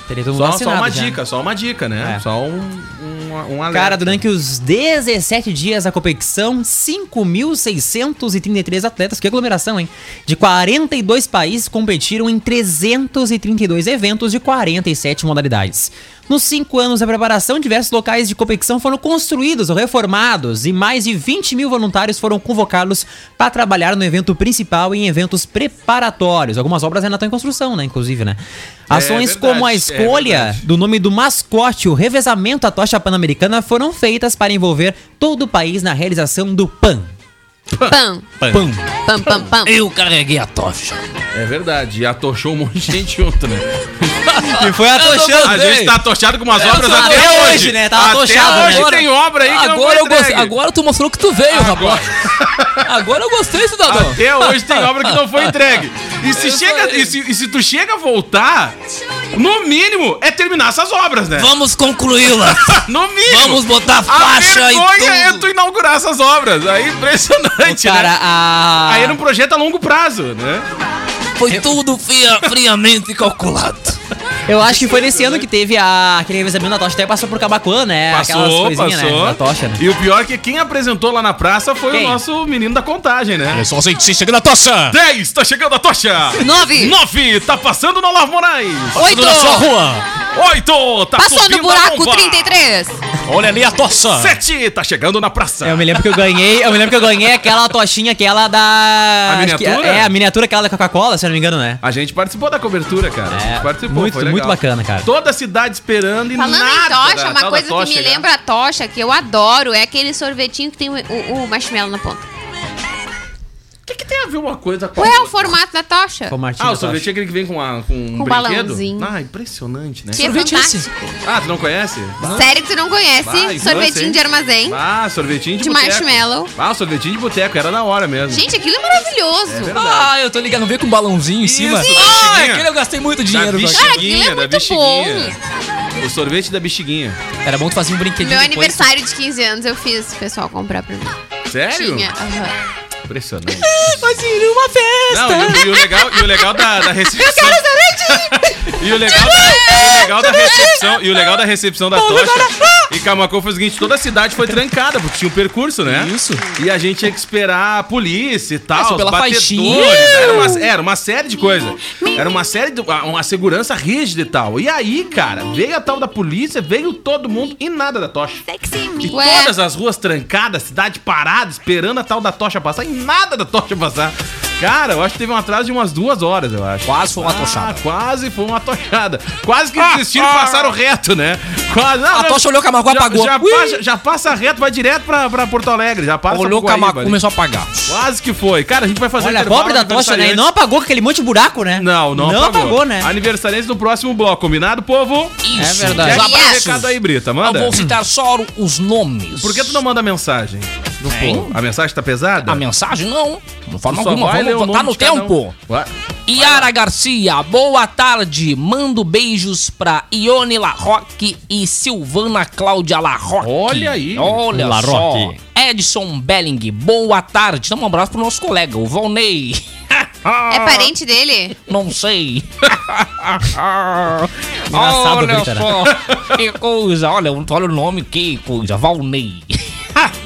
Speaker 6: Teria todo mundo
Speaker 4: Só, só
Speaker 6: vacinado
Speaker 4: uma
Speaker 6: já.
Speaker 4: dica, só uma dica, né?
Speaker 6: É.
Speaker 4: Só um, um, um alerta.
Speaker 6: Cara, durante os 17 dias da competição, 5.633 atletas, que aglomeração, hein? De 42 países competiram em 332 eventos de 47 modalidades. Nos cinco anos da preparação, diversos locais de competição foram construídos ou reformados e mais de 20 mil voluntários foram convocados para trabalhar no evento principal e em eventos preparatórios. Algumas obras ainda estão em construção, né? Inclusive, né? Ações
Speaker 4: verdade,
Speaker 6: como a
Speaker 4: é
Speaker 6: escolha
Speaker 4: verdade.
Speaker 6: do nome do mascote, o revezamento à tocha pan-americana foram feitas para envolver todo o país na realização do PAN.
Speaker 7: Pam,
Speaker 5: Pam.
Speaker 7: pam, pam, pam.
Speaker 5: Eu carreguei a tocha.
Speaker 4: É verdade, e atochou um monte de gente junto, né?
Speaker 6: E foi atochando,
Speaker 4: A gente tá atochado com umas obras
Speaker 6: sou-
Speaker 4: até,
Speaker 6: É, até
Speaker 4: hoje.
Speaker 6: hoje, né? Tava
Speaker 4: até
Speaker 6: atochado,
Speaker 4: hoje
Speaker 6: né?
Speaker 4: tem obra aí que não foi
Speaker 5: Agora, eu gostei,
Speaker 4: entregue.
Speaker 5: agora tu mostrou que tu veio,
Speaker 4: Agora-
Speaker 5: rapaz. Agora eu gostei, tá-
Speaker 4: [laughs]
Speaker 5: cidadão.
Speaker 4: Até hoje tem obra que não
Speaker 6: [laughs]
Speaker 4: foi entregue. E se,
Speaker 5: Eu
Speaker 4: chega,
Speaker 5: falei.
Speaker 4: e se, e se tu chega a voltar, no mínimo é terminar essas obras, né?
Speaker 5: Vamos concluí-la.
Speaker 4: No mínimo.
Speaker 5: Vamos botar
Speaker 4: A
Speaker 5: faixa e
Speaker 4: vergonha é
Speaker 5: tudo.
Speaker 4: tu inaugurar essas obras. Aí é impressionante,
Speaker 6: Cara,
Speaker 4: né?
Speaker 6: a...
Speaker 4: Aí era um projeto a longo prazo, né?
Speaker 5: Foi tudo fria- friamente calculado.
Speaker 6: Eu acho que foi nesse ano que teve a... aquele revezamento da tocha. Até passou por Cabacuã, né? Aquelas
Speaker 4: Passou,
Speaker 6: coisinhas,
Speaker 4: passou.
Speaker 6: Né? Da tocha, né?
Speaker 4: E o pior é que quem apresentou lá na praça foi
Speaker 6: Quem?
Speaker 4: o nosso menino da contagem, né?
Speaker 10: É só gente chegando a tocha.
Speaker 4: 10, tá chegando a tocha!
Speaker 7: Nove.
Speaker 4: 9, tá passando no Olavo Moraes!
Speaker 7: Oito.
Speaker 10: Na sua rua.
Speaker 4: 8, tá
Speaker 7: Passou
Speaker 4: subindo
Speaker 7: no
Speaker 4: a
Speaker 7: buraco
Speaker 4: bomba.
Speaker 7: 33.
Speaker 10: Olha ali a tocha.
Speaker 4: 7, tá chegando na praça!
Speaker 6: Eu me lembro que eu ganhei, eu me lembro que eu ganhei aquela tochinha, aquela da.
Speaker 4: A
Speaker 6: acho que-
Speaker 4: miniatura?
Speaker 6: é, a miniatura aquela da Coca-Cola, se eu não me engano, né?
Speaker 4: A gente participou da cobertura, cara. a gente participou,
Speaker 6: É, muito-
Speaker 4: foi legal.
Speaker 6: muito bacana, cara.
Speaker 4: Toda a cidade esperando e
Speaker 7: Falando
Speaker 4: nada.
Speaker 7: em tocha,
Speaker 4: da tal
Speaker 7: uma
Speaker 4: da
Speaker 7: coisa que
Speaker 4: tocha
Speaker 7: me
Speaker 4: chegar.
Speaker 7: lembra a tocha, que eu adoro, é aquele sorvetinho que tem o, o- o marshmallow na ponta.
Speaker 4: O que, que tem a ver uma coisa com a
Speaker 7: Qual é o
Speaker 4: outra?
Speaker 7: formato da tocha?
Speaker 6: Com o Martinho
Speaker 4: Ah,
Speaker 6: da
Speaker 4: o sorvete é aquele que vem com, a, com um
Speaker 7: Com
Speaker 4: brinquedo?
Speaker 7: balãozinho.
Speaker 4: Ah, impressionante, né?
Speaker 7: Que é
Speaker 6: sorvete é esse?
Speaker 7: fantástico.
Speaker 4: Ah, tu não conhece?
Speaker 7: Sério que tu não conhece?
Speaker 4: Vai, infância,
Speaker 7: sorvetinho
Speaker 4: hein?
Speaker 7: de armazém.
Speaker 4: Ah, sorvetinho de
Speaker 7: De
Speaker 4: boteco.
Speaker 7: marshmallow.
Speaker 4: Ah, sorvetinho de boteco, era na hora mesmo.
Speaker 7: Gente, aquilo é maravilhoso.
Speaker 6: Ah, eu tô ligado, não veio com um balãozinho em
Speaker 4: Isso,
Speaker 6: cima.
Speaker 4: da
Speaker 7: Oh,
Speaker 6: Ah,
Speaker 4: bexiguinha.
Speaker 6: aquele eu gastei
Speaker 4: da
Speaker 6: muito dinheiro. com aquilo.
Speaker 7: Cara, aquilo
Speaker 4: bexiguinha, da
Speaker 7: é muito
Speaker 4: né? bexiguinha. O sorvete da bexiguinha.
Speaker 6: Era bom tu fazer um brinquedinho.
Speaker 7: Meu
Speaker 6: depois.
Speaker 7: aniversário de 15 anos eu fiz o pessoal comprar pra mim.
Speaker 4: Sério?
Speaker 7: Tinha. aham. [laughs]
Speaker 4: Impressionante.
Speaker 6: Mas em uma festa.
Speaker 4: Não, e, o- e o legal, e o legal da, da recepção. E o legal, tá da, e o legal tá da recepção, e o legal da recepção da tocha e Camacô foi o seguinte, toda a cidade foi trancada, porque tinha um percurso, né?
Speaker 6: Isso.
Speaker 4: E a gente tinha que esperar a polícia e tal,
Speaker 6: Passou pela
Speaker 4: os batedores,
Speaker 6: faixinha.
Speaker 4: né? era uma, era uma série de coisas. Era uma série de uma uma segurança rígida e tal. E aí, cara, veio a tal da polícia, veio todo mundo e nada da tocha. E
Speaker 7: Ué.
Speaker 4: todas as ruas trancadas, cidade parada, esperando a tal da tocha passar e nada da tocha passar. Cara, eu acho que teve um atraso de umas duas horas, eu acho.
Speaker 10: Quase foi uma tochada.
Speaker 4: Ah, quase foi uma tochada. Quase que desistiram e
Speaker 6: [laughs]
Speaker 4: passaram reto, né? Quase.
Speaker 6: A tocha olhou o Camargo e
Speaker 4: já,
Speaker 6: apagou.
Speaker 4: Já
Speaker 6: Ui!
Speaker 4: passa, já passa reto, vai direto pra, pra Porto Alegre. Já passa
Speaker 6: Olhou o
Speaker 4: pro Guaíba
Speaker 6: camacu,
Speaker 4: ali.
Speaker 6: começou a apagar.
Speaker 7: É
Speaker 4: Quase que foi. Cara, a gente vai fazer
Speaker 6: Olha, a
Speaker 4: intervalo
Speaker 6: pobre da tocha, né? E não
Speaker 4: aniversariante.
Speaker 6: apagou com aquele monte de buraco, né?
Speaker 4: Não, não,
Speaker 6: Não apagou, né? [laughs]
Speaker 4: Aniversariante do próximo bloco, combinado, povo?
Speaker 6: É
Speaker 5: Isso.
Speaker 6: verdade.
Speaker 4: Quer
Speaker 7: Yes.
Speaker 4: dar recado aí, Brita,
Speaker 5: Eu
Speaker 4: manda.
Speaker 5: vou citar só os nomes.
Speaker 4: Por que tu não manda mensagem? do
Speaker 5: Hein?
Speaker 4: povo? A mensagem tá pesada?
Speaker 5: A mensagem não. De forma
Speaker 4: Só
Speaker 5: alguma.
Speaker 4: vai ler o
Speaker 5: Vamos votar
Speaker 4: nome
Speaker 5: no
Speaker 4: de cada um.
Speaker 5: tempo.
Speaker 4: Vai.
Speaker 5: Yara Garcia, boa tarde. Mando beijos pra Ione Larroque e Silvana Cláudia Larroque.
Speaker 4: Olha aí.
Speaker 5: Olha só.
Speaker 6: Larroque.
Speaker 5: Edson Belling, boa tarde. Dá um abraço pro nosso colega, o Volney.
Speaker 7: É parente dele?
Speaker 5: Não
Speaker 4: [laughs]
Speaker 5: sei.
Speaker 6: Engraçado,
Speaker 5: olha
Speaker 6: Brita, né?
Speaker 5: só. [laughs] Que coisa. Olha, olha o nome, que coisa. Valnei.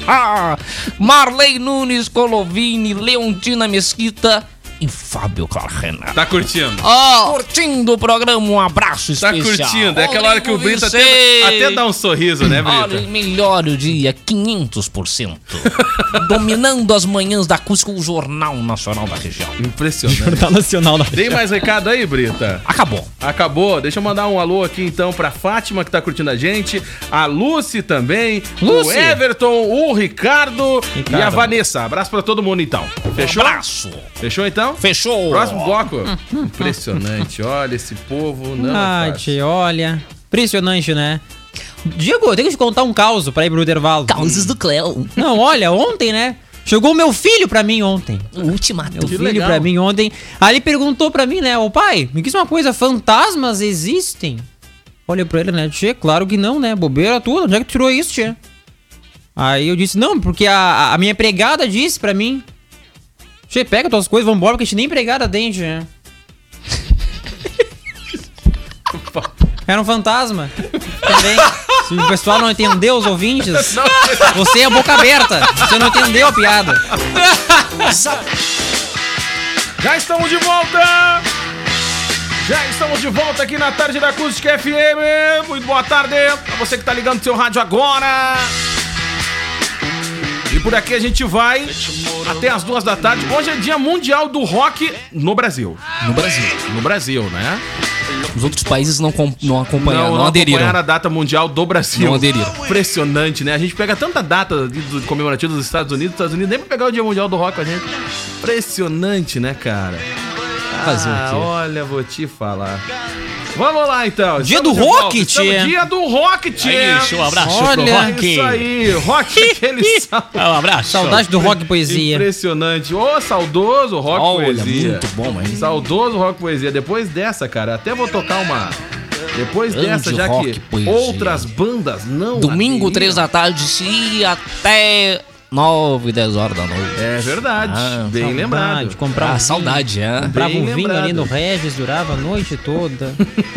Speaker 5: [laughs] Marley Nunes, Colovini, Leontina Mesquita e Fábio Clarrena.
Speaker 4: Tá curtindo.
Speaker 7: Ó,
Speaker 5: Curtindo o programa, um abraço
Speaker 4: Tá
Speaker 5: especial.
Speaker 4: curtindo. É aquela hora que o
Speaker 5: Rodrigo
Speaker 4: Brita
Speaker 5: Vicente.
Speaker 4: até, até dá um sorriso, né,
Speaker 5: Olha,
Speaker 4: Brita?
Speaker 5: melhor o dia, 500%.
Speaker 4: [laughs]
Speaker 5: Dominando as manhãs da Cusco, o Jornal Nacional da Região.
Speaker 4: Impressionante.
Speaker 6: Jornal Nacional da
Speaker 4: Tem mais recado aí, Brita?
Speaker 5: Acabou.
Speaker 4: Acabou. Deixa eu mandar um alô aqui então pra Fátima que tá curtindo a gente, a Lucy também, o
Speaker 6: Lucy.
Speaker 4: Everton, o Ricardo, e a
Speaker 6: Ricardo.
Speaker 4: Vanessa. Abraço pra todo mundo então. Fechou?
Speaker 5: Abraço.
Speaker 4: Fechou então?
Speaker 5: Fechou.
Speaker 4: Próximo bloco. Impressionante. Olha esse povo, não. é
Speaker 6: Ah,
Speaker 4: fácil.
Speaker 6: te olha. Impressionante, né? Diego, eu tenho que te contar um caos pra ir pro intervalo.
Speaker 5: Causas do Cléo.
Speaker 6: Não, olha, ontem, né? Chegou meu filho pra mim ontem.
Speaker 5: O ultimato.
Speaker 6: Meu filho
Speaker 4: legal.
Speaker 6: pra mim ontem. Aí ele perguntou pra mim, né? Ô pai, me diz uma coisa, fantasmas existem? Olhei pra ele, né? Tchê, claro que não, né? Bobeira tua, onde é que tu tirou isso, tchê? Aí eu disse, não, porque a, a minha pregada disse pra mim. Tchê, pega tuas coisas, vambora, porque a gente nem pregada tem, tchê. Era um fantasma. Também. Se o pessoal não entendeu, os ouvintes, você é boca aberta. Você não entendeu a piada.
Speaker 4: Já estamos de volta! Já estamos de volta aqui na tarde da Acústica FM. Muito boa tarde pra você que tá ligando seu rádio agora. E por aqui a gente vai até as duas da tarde. Hoje é dia mundial do rock no Brasil.
Speaker 5: No Brasil.
Speaker 4: No Brasil, né?
Speaker 5: Os outros países não, com- não acompanharam,
Speaker 4: Não,
Speaker 5: não,
Speaker 4: não
Speaker 5: aderiram.
Speaker 4: acompanharam a data mundial do Brasil.
Speaker 5: Não aderiram.
Speaker 4: Impressionante, né? A gente pega tanta data de- do- comemorativa dos Estados Unidos, Estados Unidos nem pra pegar o dia mundial do rock com a gente. Impressionante, né, cara?
Speaker 6: Fazer o
Speaker 4: Ah,
Speaker 6: quê?
Speaker 4: olha, vou te falar. Vamos lá então.
Speaker 6: Dia
Speaker 4: Estamos
Speaker 6: do
Speaker 4: de volta.
Speaker 6: rock,
Speaker 4: Estamos-
Speaker 6: tchê.
Speaker 4: Dia do rock, tchê. É
Speaker 10: Isso, um abraço pro
Speaker 6: Olha.
Speaker 10: rock.
Speaker 4: Isso aí, rock
Speaker 6: [laughs]
Speaker 4: aquele sal-
Speaker 10: Um abraço.
Speaker 6: Saudade do rock e poesia.
Speaker 4: Impressionante. Ô, saudoso rock
Speaker 10: Olha,
Speaker 4: poesia.
Speaker 10: muito bom, hein?
Speaker 4: Saudoso rock poesia. Depois dessa, cara, até vou tocar uma. Depois
Speaker 5: Grande
Speaker 4: dessa, já
Speaker 5: rock
Speaker 4: que
Speaker 5: poesia.
Speaker 4: outras bandas não.
Speaker 5: Domingo,
Speaker 4: aderiram.
Speaker 5: três da tarde, se até 9, 10 horas da noite.
Speaker 4: É verdade. Bem
Speaker 6: saudade,
Speaker 4: lembrado.
Speaker 6: Comprar um
Speaker 5: Ah,
Speaker 6: vinho,
Speaker 5: saudade, é.
Speaker 6: Comprava
Speaker 4: Bem
Speaker 6: um vinho
Speaker 4: lembrado.
Speaker 6: ali no Regis, durava a noite toda. [laughs]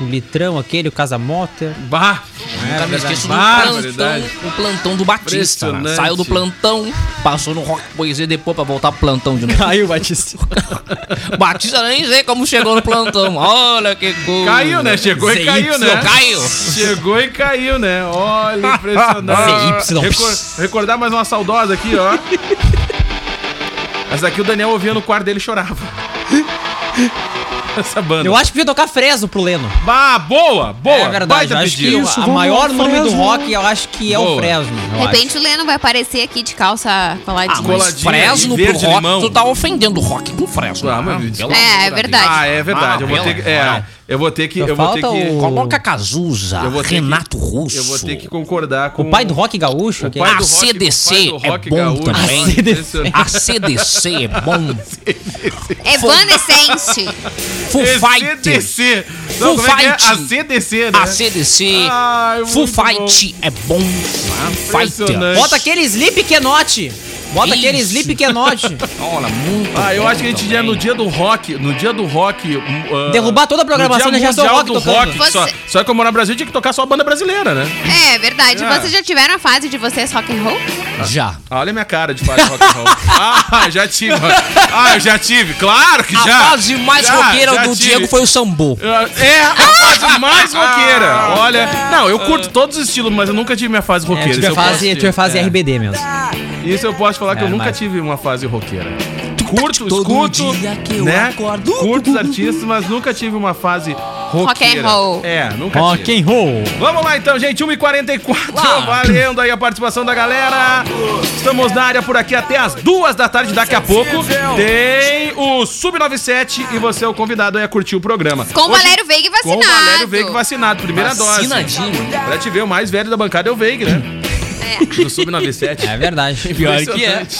Speaker 6: o litrão aquele, o Casamota.
Speaker 4: Bah!
Speaker 5: Nunca me
Speaker 4: É verdade.
Speaker 5: esqueço um do plantão,
Speaker 4: Barbaridade.
Speaker 5: o plantão do Batista. né?
Speaker 4: Impressionante.
Speaker 5: Saiu do plantão, passou no Rock Poesia depois pra voltar pro plantão de novo.
Speaker 6: Caiu, Batista.
Speaker 5: [laughs] Batista nem sei como chegou no plantão. Olha que coisa.
Speaker 4: Caiu, né? Chegou e
Speaker 5: ZY,
Speaker 4: caiu, né?
Speaker 5: Caiu.
Speaker 4: Chegou e caiu, né?
Speaker 6: [laughs]
Speaker 4: Olha, impressionante.
Speaker 5: ZY.
Speaker 4: Recor- recordar mais uma saudosa aqui, ó. Essa aqui o Daniel ouvia no quarto dele e chorava. Essa banda.
Speaker 6: Eu acho que podia tocar Fresno pro Leno.
Speaker 4: Bah, boa, boa.
Speaker 6: é verdade,
Speaker 4: Baita
Speaker 6: eu acho que
Speaker 4: pedido. Ah,
Speaker 6: o a maior nome do rock, eu acho que é o
Speaker 4: Boa.
Speaker 6: Fresno. eu
Speaker 7: De repente o Leno vai aparecer aqui de calça
Speaker 5: Ah,
Speaker 7: coladinha.
Speaker 5: mas
Speaker 4: Coladinha
Speaker 5: Fresno
Speaker 4: de
Speaker 5: pro
Speaker 4: verde
Speaker 5: rock,
Speaker 4: limão.
Speaker 5: tu tá ofendendo o rock com Fresno.
Speaker 4: Ah,
Speaker 5: né?
Speaker 4: mas-
Speaker 5: Pelo
Speaker 7: é, é verdade.
Speaker 4: Ah, é verdade.
Speaker 5: Ah,
Speaker 4: eu vou ter que.
Speaker 5: pela-
Speaker 4: É,
Speaker 5: ah.
Speaker 4: eu vou ter que.
Speaker 6: Só
Speaker 4: Eu vou ter
Speaker 6: falta
Speaker 4: que.
Speaker 6: o-
Speaker 5: Coloca Cazuza,
Speaker 4: Eu vou ter que-
Speaker 5: Renato Russo.
Speaker 4: Eu vou ter que concordar com
Speaker 6: O pai do rock gaúcho, é
Speaker 4: O
Speaker 6: aquele.
Speaker 4: pai
Speaker 5: A
Speaker 4: do rock,
Speaker 5: CDC
Speaker 4: o pai do rock
Speaker 5: é bom
Speaker 4: gaúcho.
Speaker 5: também.
Speaker 4: Ah, impressionante.
Speaker 5: [laughs] A CDC é
Speaker 4: [laughs]
Speaker 5: bom.
Speaker 7: É Evanescente.
Speaker 5: Foo Fighters.
Speaker 4: CDC. Não,
Speaker 5: Full
Speaker 4: como é que é? A
Speaker 5: Fight.
Speaker 4: CDC, né?
Speaker 5: A CDC.
Speaker 4: Ai,
Speaker 5: Full
Speaker 4: muito bom.
Speaker 5: Fight é bom. tá? Fighter.
Speaker 4: Impressionante.
Speaker 6: Bota aquele Sleep Kenote. Bota aquele
Speaker 5: Isso.
Speaker 6: Sleep
Speaker 4: [laughs]
Speaker 6: [laughs] Kenote.
Speaker 5: Olha, muito
Speaker 4: Ah, eu
Speaker 5: bom
Speaker 4: acho que a gente já
Speaker 5: também.
Speaker 4: no dia do rock, no dia do rock. um, ah,
Speaker 6: Derrubar toda a programação
Speaker 4: no
Speaker 6: da
Speaker 4: dia
Speaker 6: Gerson
Speaker 4: mundial
Speaker 6: Rock
Speaker 4: do
Speaker 6: tocando.
Speaker 4: rock. Só,
Speaker 7: Você-
Speaker 4: só que eu morar no Brasil tinha que tocar só a banda brasileira, né?
Speaker 7: É verdade.
Speaker 4: É.
Speaker 7: Vocês já tiveram a fase de vocês rock and roll?
Speaker 5: Já.
Speaker 4: Ah, Olha a minha cara de fase rock and
Speaker 6: [laughs]
Speaker 4: roll. Ah, já tive. Ah, eu já tive. Claro que
Speaker 5: A
Speaker 4: já.
Speaker 5: fase mais
Speaker 4: Já,
Speaker 5: roqueira
Speaker 4: já
Speaker 5: do
Speaker 4: tive.
Speaker 5: Diego foi o Sambo.
Speaker 4: Ah, É a fase mais roqueira. Olha, não, eu curto todos os estilos, mas eu nunca tive minha fase
Speaker 6: Ah! É,
Speaker 4: roqueira.
Speaker 6: tu
Speaker 4: Isso
Speaker 6: vai
Speaker 4: eu
Speaker 6: fazer,
Speaker 4: posso-
Speaker 6: tu vai fazer
Speaker 4: é.
Speaker 6: RBD mesmo.
Speaker 4: Isso eu posso falar que
Speaker 6: É,
Speaker 4: eu nunca
Speaker 6: mas-
Speaker 4: tive uma fase roqueira. Curto,
Speaker 5: Todo
Speaker 4: escuto,
Speaker 5: dia que eu
Speaker 4: né?
Speaker 5: acordo.
Speaker 4: Curto os artistas, mas nunca tive uma fase roqueira.
Speaker 7: roll.
Speaker 4: É, nunca
Speaker 6: Rock
Speaker 4: tive.
Speaker 6: and roll.
Speaker 4: Vamos lá então, gente, 1h44, valendo aí a participação da galera. Estamos na área por aqui até as duas da tarde, daqui a pouco tem o Sub97 e você é o convidado aí a curtir o programa.
Speaker 7: Com o
Speaker 4: Hoje-
Speaker 7: Valério Veiga e
Speaker 4: Com o
Speaker 7: vacinado.
Speaker 4: Valério Veig vacinado, primeira dose.
Speaker 5: Assinadinho.
Speaker 4: Pra te ver, o mais velho da bancada é o Veig, né?
Speaker 7: É.
Speaker 4: Do Sub97.
Speaker 6: É verdade. é.
Speaker 4: Impressionante.